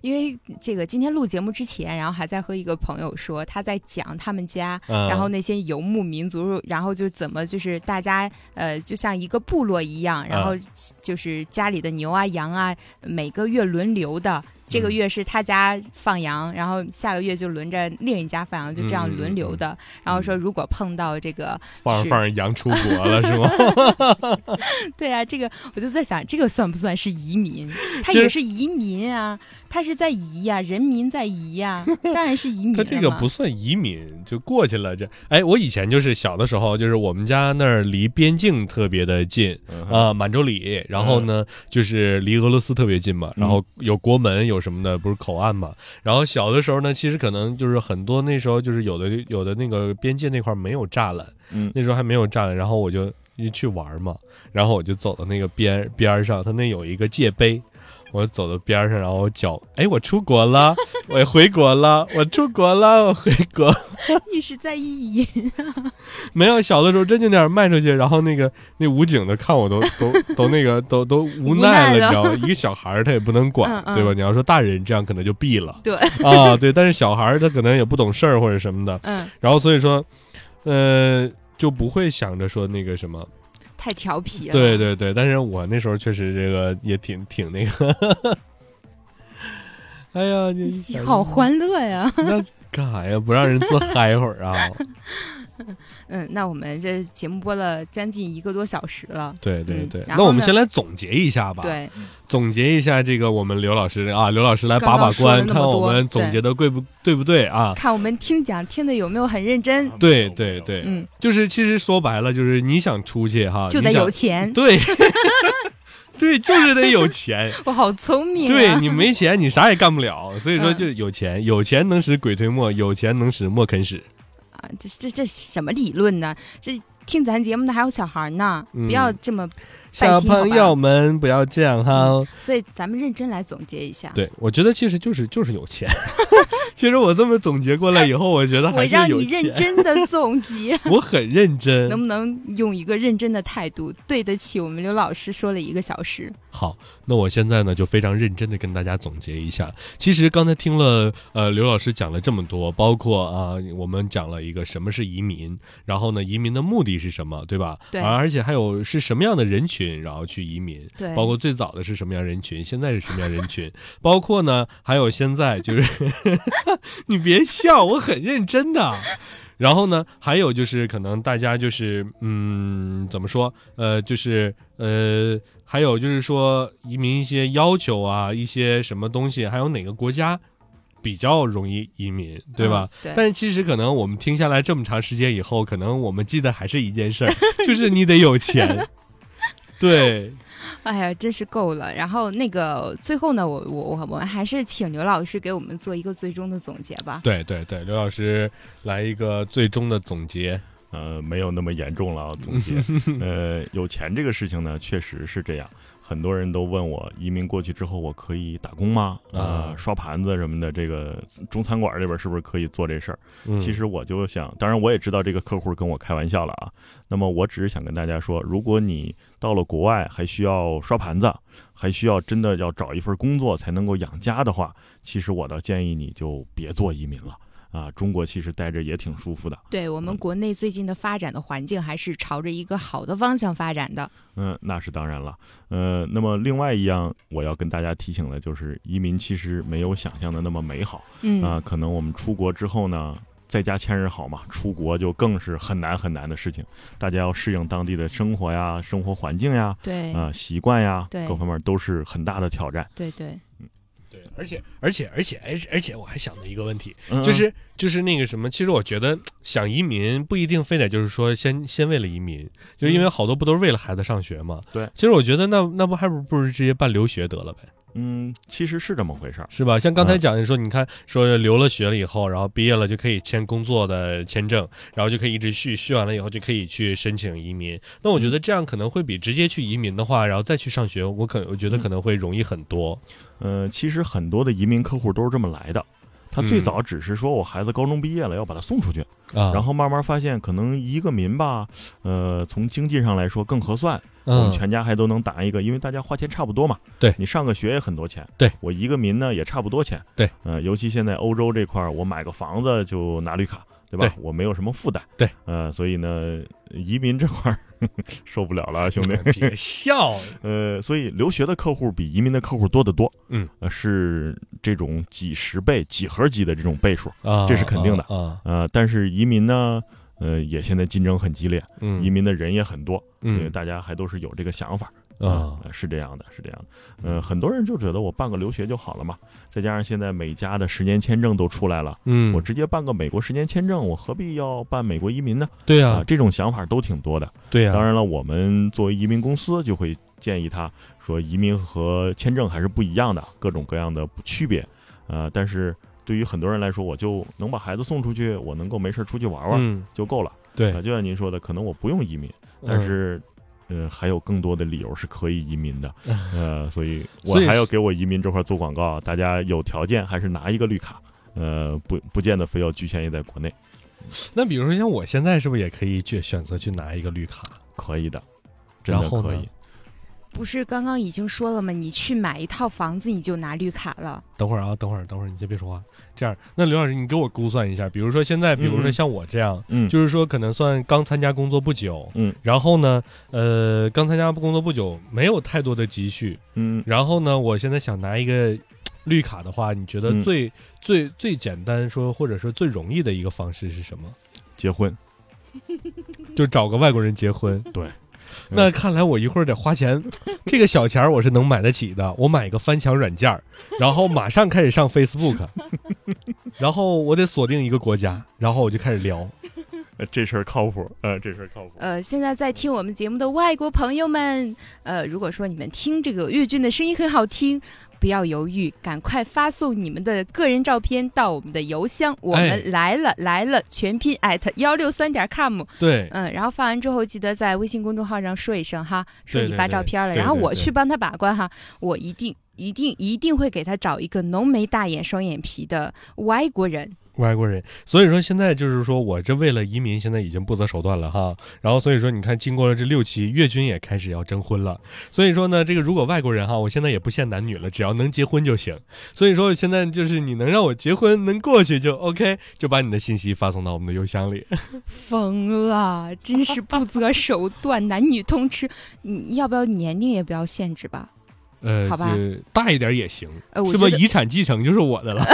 S4: 因为这个今天录节目之前，然后还在和一个朋友说，他在讲他们家，
S2: 嗯、
S4: 然后那些游牧民族，然后就怎么就是大家呃，就像一个部落一样，然
S2: 嗯
S4: 后就是家里的牛啊羊啊，每个月轮流的。这个
S2: 嗯
S4: 月是他家放羊，然后下个月就轮着另一家放羊，就这样
S2: 嗯嗯嗯
S4: 轮流的。然后说，如果碰到这个，
S2: 放
S4: 是
S2: 着放着羊出国了是吗？
S4: 对啊，这个我就在想，这个算不算是移民？他
S2: 这
S4: 也是移民啊，他是在移呀、人民在移呀、当然是移民
S2: 他
S4: 了
S2: 这个
S4: 嘛
S2: 不算移民，就过去了。这哎，我以前就是小的时候，就是我们家那儿离边境特别的近，
S3: 嗯哼
S2: 啊、满洲里，然后呢，就是离俄罗斯特别近
S3: 嗯
S2: 嘛，然后有国门有什么的，不是口岸嘛。然后小的时候呢，其实可能就是很多那时候就是有的有的那个边界那块没有栅栏，
S3: 嗯，
S2: 那时候还没有栅栏，然后我就一去玩嘛，然后我就走到那个边边儿上，它那有一个界碑。我走到边儿上，然后我脚，哎，我出国了，我回国了，我出国了，我回国 *laughs* 了
S4: 你是在移民，
S2: 没有，小的时候真就那样卖出去，然后那个那武警的看我都 *laughs* 都都那个都都无奈
S4: 无奈了
S2: 你知道吗？ *laughs* 一个小孩儿他也不能管，
S4: 嗯嗯
S2: 对吧？你要说大人这样可能就毙了
S4: 对，
S2: *laughs* 啊，对。但是小孩儿他可能也不懂事儿或者什么的，
S4: 嗯，
S2: 然后所以说，呃，就不会想着说那个什么，
S4: *laughs* 太调皮了。
S2: 对对对。但是我那时候确实这个也挺挺那个， *laughs* 哎呀，你
S4: 你好欢乐呀！
S2: 那干啥呀？不让人自嗨会儿啊？
S4: 嗯，那我们这节目播了将近一个多小时了。
S2: 对对
S4: 嗯
S2: 对。
S4: 然
S2: 那
S4: 后
S2: 我们
S4: 呢
S2: 先来总结一下吧。。
S4: 对，
S2: 总结一下这个我们刘老师啊，刘老师来把把
S4: 刚刚说了
S2: 关，
S4: 那么
S2: 看
S4: 多
S2: 我们总结的对不对不对啊？
S4: 看我们听讲听的有没有很认真？
S2: 对对对，
S4: 嗯，
S2: 就是其实说白了，就是你想出去哈，
S4: 就
S2: 你
S4: 得
S2: 想
S4: 有钱。
S2: 对， *laughs* 对，就是得有
S4: *laughs*
S2: 钱。
S4: 我好聪明、啊。
S2: 对你没钱，你啥也干不了。所以说，
S4: 嗯
S2: 就是有钱，有钱能使鬼推磨，有钱能使磨啃屎。
S4: 啊，这这这什么理论呢？这听咱节目的还有小孩呢，
S2: 嗯
S4: 不要这么。拜
S2: 小
S4: 金好吧嗯
S2: 朋友们不要这样哈。
S4: 所以咱们认真来总结一下。
S2: 对，我觉得其实就是就是有钱。 *laughs* 其实我这么总结过来以后，我觉得 *laughs*
S4: 我
S2: 还是
S4: 让
S2: 有
S4: 你认
S2: 钱。
S4: 真的总结，
S2: *laughs* 我很认真，
S4: 能不能用一个认真的态度，对得起我们刘老师说了一个小时？
S2: 好，那我现在呢就非常认真的跟大家总结一下。其实刚才听了呃刘老师讲了这么多，包括啊、我们讲了一个什么是移民，然后呢移民的目的是什么，对吧？啊
S4: 对
S2: 而而且还有是什么样的人群，然后去移民，
S4: 对
S2: 包括最早的是什么样人群，现在是什么样人群， *laughs* 包括呢还有现在就是， *laughs* 你别笑，我很认真的。然后呢，还有就是可能大家就是嗯，怎么说？呃，就是呃，还有就是说移民一些要求啊，一些什么东西，还有哪个国家比较容易移民，对吧？
S4: 嗯对
S2: 但是其实可能我们听下来这么长时间以后，可能我们记得还是一件事儿， *laughs* 就是你得有
S4: *laughs*
S2: 钱。对，
S4: 哎呀，真是够了。然后那个最后呢，我我我我们还是请刘老师给我们做一个最终的总结吧。
S2: 对对对，刘老师来一个最终的总结。
S3: 呃，没有那么严重了啊。总结，
S2: *laughs*
S3: 呃，有钱这个事情呢，确实是这样。很多人都问我，移民过去之后，我可以打工吗？
S2: 啊
S3: 啊，刷盘子什么的，这个中餐馆里边是不是可以做这事儿？
S2: 嗯、
S3: 其实我就想，当然我也知道这个客户跟我开玩笑了啊。那么我只是想跟大家说，如果你到了国外还需要刷盘子，还需要真的要找一份工作才能够养家的话，其实我倒建议你就别做移民了啊。中国其实待着也挺舒服的。
S4: 对我们国内最近的发展的环境还是朝着一个好的方向发展的。
S3: 嗯，那是当然了。呃，那么另外一样我要跟大家提醒的就是，移民其实没有想象的那么美好
S4: 嗯，
S3: 啊、可能我们出国之后呢，在家千日好嘛，出国就更是很难很难的事情。大家要适应当地的生活呀、生活环境呀、
S4: 对、
S3: 啊、习惯呀，
S4: 对
S3: 各方面都是很大的挑战。
S4: 对对，
S2: 对，而且而且而且而且而且我还想了一个问题，
S3: 嗯
S2: 就是就是那个什么，其实我觉得想移民不一定非得就是说先先为了移民，就是因为好多不都是为了孩子上学嘛。
S3: 嗯对
S2: 其实我觉得那那不还不不如直接办留学得了呗，
S3: 嗯，其实是这么回事儿。
S2: 是吧？像刚
S3: 嗯
S2: 才讲的说，你看说留了学了以后，然后毕业了就可以签工作的签证，然后就可以一直续，续完了以后就可以去申请移民。那我觉
S3: 嗯
S2: 得这样可能会比直接去移民的话，然后再去上学，我可我觉
S3: 嗯
S2: 得可能会容易很多。
S3: 呃，其实很多的移民客户都是这么来的。他最
S4: 嗯
S3: 早只是说我孩子高中毕业了，要把他送出去，
S2: 啊，
S3: 然后慢慢发现可能一个民吧，呃，从经济上来说更合算，我
S2: 嗯
S3: 们，全家还都能打一个，因为大家花钱差不多嘛。
S2: 对
S3: 你上个学也很多钱，
S2: 对
S3: 我一个民呢也差不多钱。
S2: 对，
S3: 呃，尤其现在欧洲这块儿，我买个房子就拿绿卡，对吧？
S2: 对
S3: 我没有什么负担。
S2: 对，
S3: 呃，所以呢，移民这块儿 *laughs* 受不了
S2: *laughs*
S3: 了啊，兄弟。
S2: 别
S3: *laughs*
S2: 笑，
S3: 呃，所以留学的客户比移民的客户多得多。
S2: 嗯，
S3: 呃，是这种几十倍、几何级的这种倍数。
S2: 啊，
S3: 这是肯定的
S2: 啊啊，
S3: 呃，但是移民呢，呃，也现在竞争很激烈，
S2: 嗯，
S3: 移民的人也很多，因为
S2: 嗯
S3: 大家还都是有这个想法。
S2: 啊，
S3: 呃是这样的，是这样的。呃，很多人就觉得我办个留学就好了嘛，再加上现在美加的十年签证都出来了，
S2: 嗯，
S3: 我直接办个美国十年签证，我何必要办美国移民呢？
S2: 对
S3: 啊、
S2: 呀，
S3: 这种想法都挺多的。
S2: 对呀，
S3: 当然了，我们作为移民公司就会建议他说，移民和签证还是不一样的，各种各样的区别。呃，但是对于很多人来说，我就能把孩子送出去，我能够没事儿出去玩玩
S2: 嗯，
S3: 就够了。
S2: 对
S3: 啊、，就像您说的，可能我不用移民。但
S2: 嗯
S3: 是，呃，还有更多的理由是可以移
S2: *laughs*
S3: 民的，呃，所以我
S2: 所以
S3: 还要
S2: 是
S3: 给我移民这块做广告，大家有条件还是拿一个绿卡，呃，不不见得非要局限于在国内，
S2: 那比如说像我现在是不是也可以去选择去拿一个绿卡？
S3: 可以的，真的
S2: 然后
S3: 可
S2: 呢
S3: 以。
S4: 不是刚刚已经说了吗？你去买一套房子你就拿绿卡了。
S2: 等会儿啊，等会儿，等会儿，你先别说话。这样，那刘老师，你给我估算一下，比如说现在，比如说像我这样，
S3: 嗯，
S2: 就是说可能算刚参加工作不久，
S3: 嗯，
S2: 然后呢，呃，刚参加工作不久，没有太多的积蓄，
S3: 嗯，
S2: 然后呢，我现在想拿一个绿卡的话，你觉得
S3: 嗯
S2: 最、最最简单说，或者说最容易的一个方式是什么？
S3: 结婚，
S2: 就找个外国人结婚。
S3: 对，
S2: *laughs* 那看来我一会儿得花钱，这个小钱儿我是能买得起的。我买一个翻墙软件儿，然后马上开始上 Facebook，然后我得锁定一个国家，然后我就开始聊。
S3: 呃这事儿靠谱，呃，这事儿靠谱。
S4: 呃，现在在听我们节目的外国朋友们，呃，如果说你们听这个越军的声音很好听，不要犹豫，赶快发送你们的个人照片到我们的邮箱，我
S2: 哎
S4: 们来了、来了，全拼 at 幺六三点 com。
S2: 对，
S4: 嗯，然后发完之后记得在微信公众号上说一声哈，说
S2: 对
S4: 你
S2: 对
S4: 发
S2: 对
S4: 照片了，
S2: 对
S4: 然后
S2: 对
S4: 我
S2: 对
S4: 去帮他把关哈，我一定一定一定会给他找一个浓眉大眼双眼皮的外国人。
S2: 外国人。所以说现在就是说我这为了移民，现在已经不择手段了哈。然后所以说你看，经过了这六期，越军也开始要征婚了。所以说呢，这个如果外国人哈，我现在也不限男女了，只要能结婚就行。所以说现在就是你能让我结婚，能过去就 OK，就 *laughs* 把你的信息发送到我们的邮箱里。
S4: 疯了，啊真是不择手段，男女通吃。你要不要年龄也不要限制吧？
S2: 呃，
S4: 好吧
S2: 就大一点也行，
S4: 呃，我
S2: 是
S4: 觉
S2: 吧？
S4: 得 *laughs*
S2: 遗产继承就是我的了。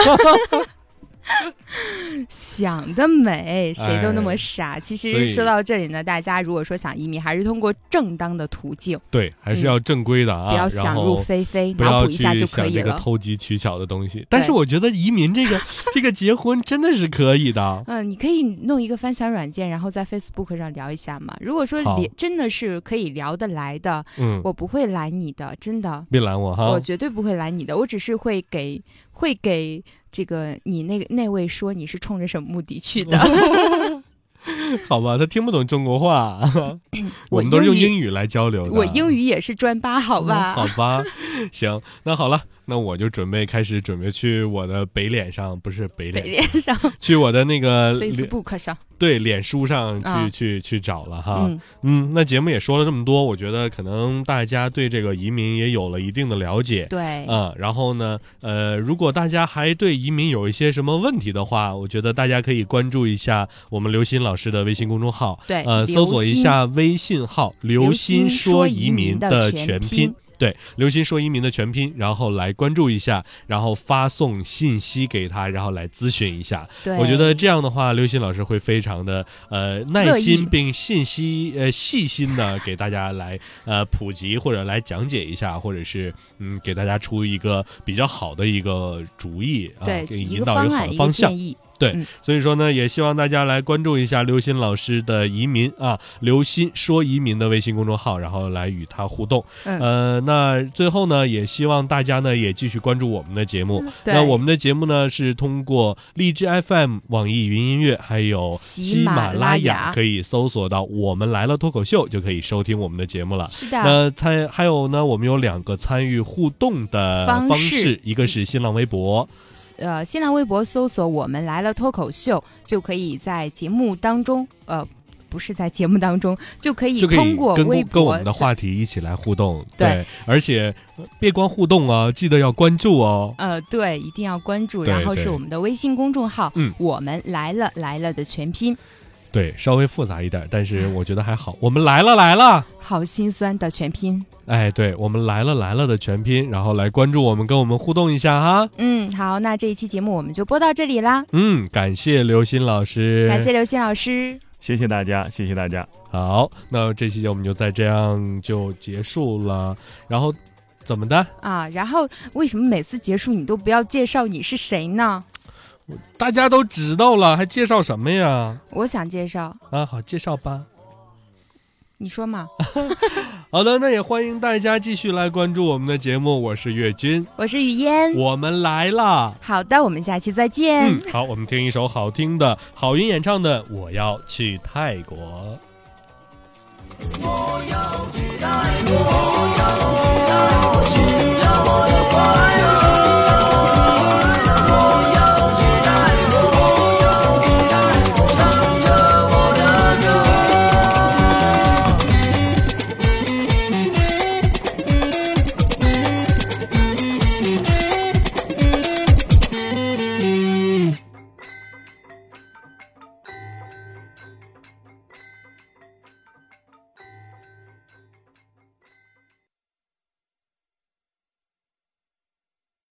S4: 想得美，谁都那
S2: 哎
S4: 么傻。其
S2: 所以
S4: 实说到这里呢，大家如果说想移民，还是通过正当的途径，
S2: 对，还是要正规的啊，
S4: 嗯不要
S2: 然
S4: 想
S2: 后
S4: 入非非，
S2: 不
S4: 脑
S2: 要
S4: 补一
S2: 去
S4: 下就可
S2: 想
S4: 以
S2: 这个
S4: 了。
S2: 投机取巧的东西。但是我觉得移民这
S4: *laughs*
S2: 个这个结婚真的是可以的，
S4: 嗯，你可以弄一个翻墙软件，然后在 Facebook 上聊一下嘛。如果说
S2: 好
S4: 聊真的是可以聊得来的，
S2: 嗯，
S4: 我不会拦你的，真的，
S2: 别拦我哈 *laughs*
S4: 我。绝对不会拦你的。我只是会给会给这个你那个那位说你是冲着什么目的去
S2: 嗯
S4: *laughs* 的。
S2: 好吧，他听不懂中国
S4: *laughs*
S2: 话，我们都是用英语来交流的。嗯
S4: 我英语也是专八，好吧？
S2: 好
S4: *laughs*
S2: 吧，行，那好了，那我就准备开始准备去我的北脸上，不是北
S4: 北
S2: 脸，
S4: 脸上、
S2: 去我的那个脸
S4: Facebook 上，
S2: 对脸书上去、
S4: 啊
S2: 去去找了哈。
S4: 嗯，
S2: 嗯，那节目也说了这么多，我觉得可能大家对这个移民也有了一定的了解。
S4: 对，
S2: 嗯，然后呢，呃，如果大家还对移民有一些什么问题的话，我觉得大家可以关注一下我们刘欣老师的微信公众号，
S4: 对
S2: 呃，
S4: 刘
S2: 搜索一
S4: 欣
S2: 下微信号“刘欣说移民”的全
S4: 刘欣说移民的全拼
S2: 对，刘欣说移民的全拼，然后来关注一下，然后发送信息给他，然后来咨询一下。
S4: 对，
S2: 我觉得这样的话，刘欣老师会非常的呃耐
S4: 乐
S2: 心
S4: 意
S2: 并信息呃细心的给大家来呃普及或者来讲解一下，或者是嗯给大家出一个比较好的一个主意啊，
S4: 对
S2: 给
S4: 一
S2: 引
S4: 个
S2: 导一
S4: 方
S2: 个好
S4: 案
S2: 的
S4: 一个
S2: 方向
S4: 建。议，
S2: 所以说呢，也希望大家来关注一下刘欣老师的移民啊，刘欣说移民的微信公众号，然后来与他互动。
S4: 嗯
S2: 呃，那最后呢，也希望大家呢也继续关注我们的节目。
S4: 对
S2: 那我们的节目呢是通过荔枝 FM、网易云音乐还有
S4: 喜
S2: 喜马拉
S4: 马拉
S2: 雅
S4: 雅
S2: 可以搜索到“我们来了脱口秀”就可以收听我们的节目了。
S4: 是啊的，
S2: 那参还有呢，我们有两个参与互动的
S4: 方
S2: 方
S4: 式
S2: 式一个是新浪微博，
S4: 呃，新浪微博搜索“我们来了脱口秀”，就可以在节目当中，呃，不是在节目当中，就可以
S2: 就可以
S4: 通过
S2: 跟
S4: 微
S2: 跟我
S4: 博
S2: 们的话题一起来互动。
S4: 对
S2: 而且呃别光互动哦，记得要关注
S4: *laughs*
S2: 哦。
S4: 呃，对，一定要关注，
S2: 对
S4: 然后是
S2: 对
S4: 我们的微信公众号，
S2: 嗯
S4: 我们来了来了的全拼，
S2: 对，稍微复杂一点，但是我觉得还好。我们来了，来了。
S4: 好心酸的全拼，
S2: 哎，对我们来了来了的全拼，然后来关注我们，跟我们互动一下哈。
S4: 嗯，好，那这一期节目我们就播到这里啦，
S2: 嗯，感谢刘鑫老师，
S4: 感谢刘鑫老师，
S3: 谢谢大家，谢谢大家。
S2: 好，那这期节目我们就再这样就结束了。然后怎么的？
S4: 啊，然后为什么每次结束你都不要介绍你是谁呢？
S2: 大家都知道了，还介绍什么呀？
S4: 我想介绍，
S2: 啊，好，介绍吧。
S4: 你说嘛。
S2: 好的，那也欢迎大家继续来关注我们的节目，我是岳军，
S4: 我是雨嫣，
S2: 我们来啦。
S4: 好的，我们下期再见。
S2: 嗯，好，我们听一首好听的郝云演唱的《我要去泰国》。
S6: 我要去泰国。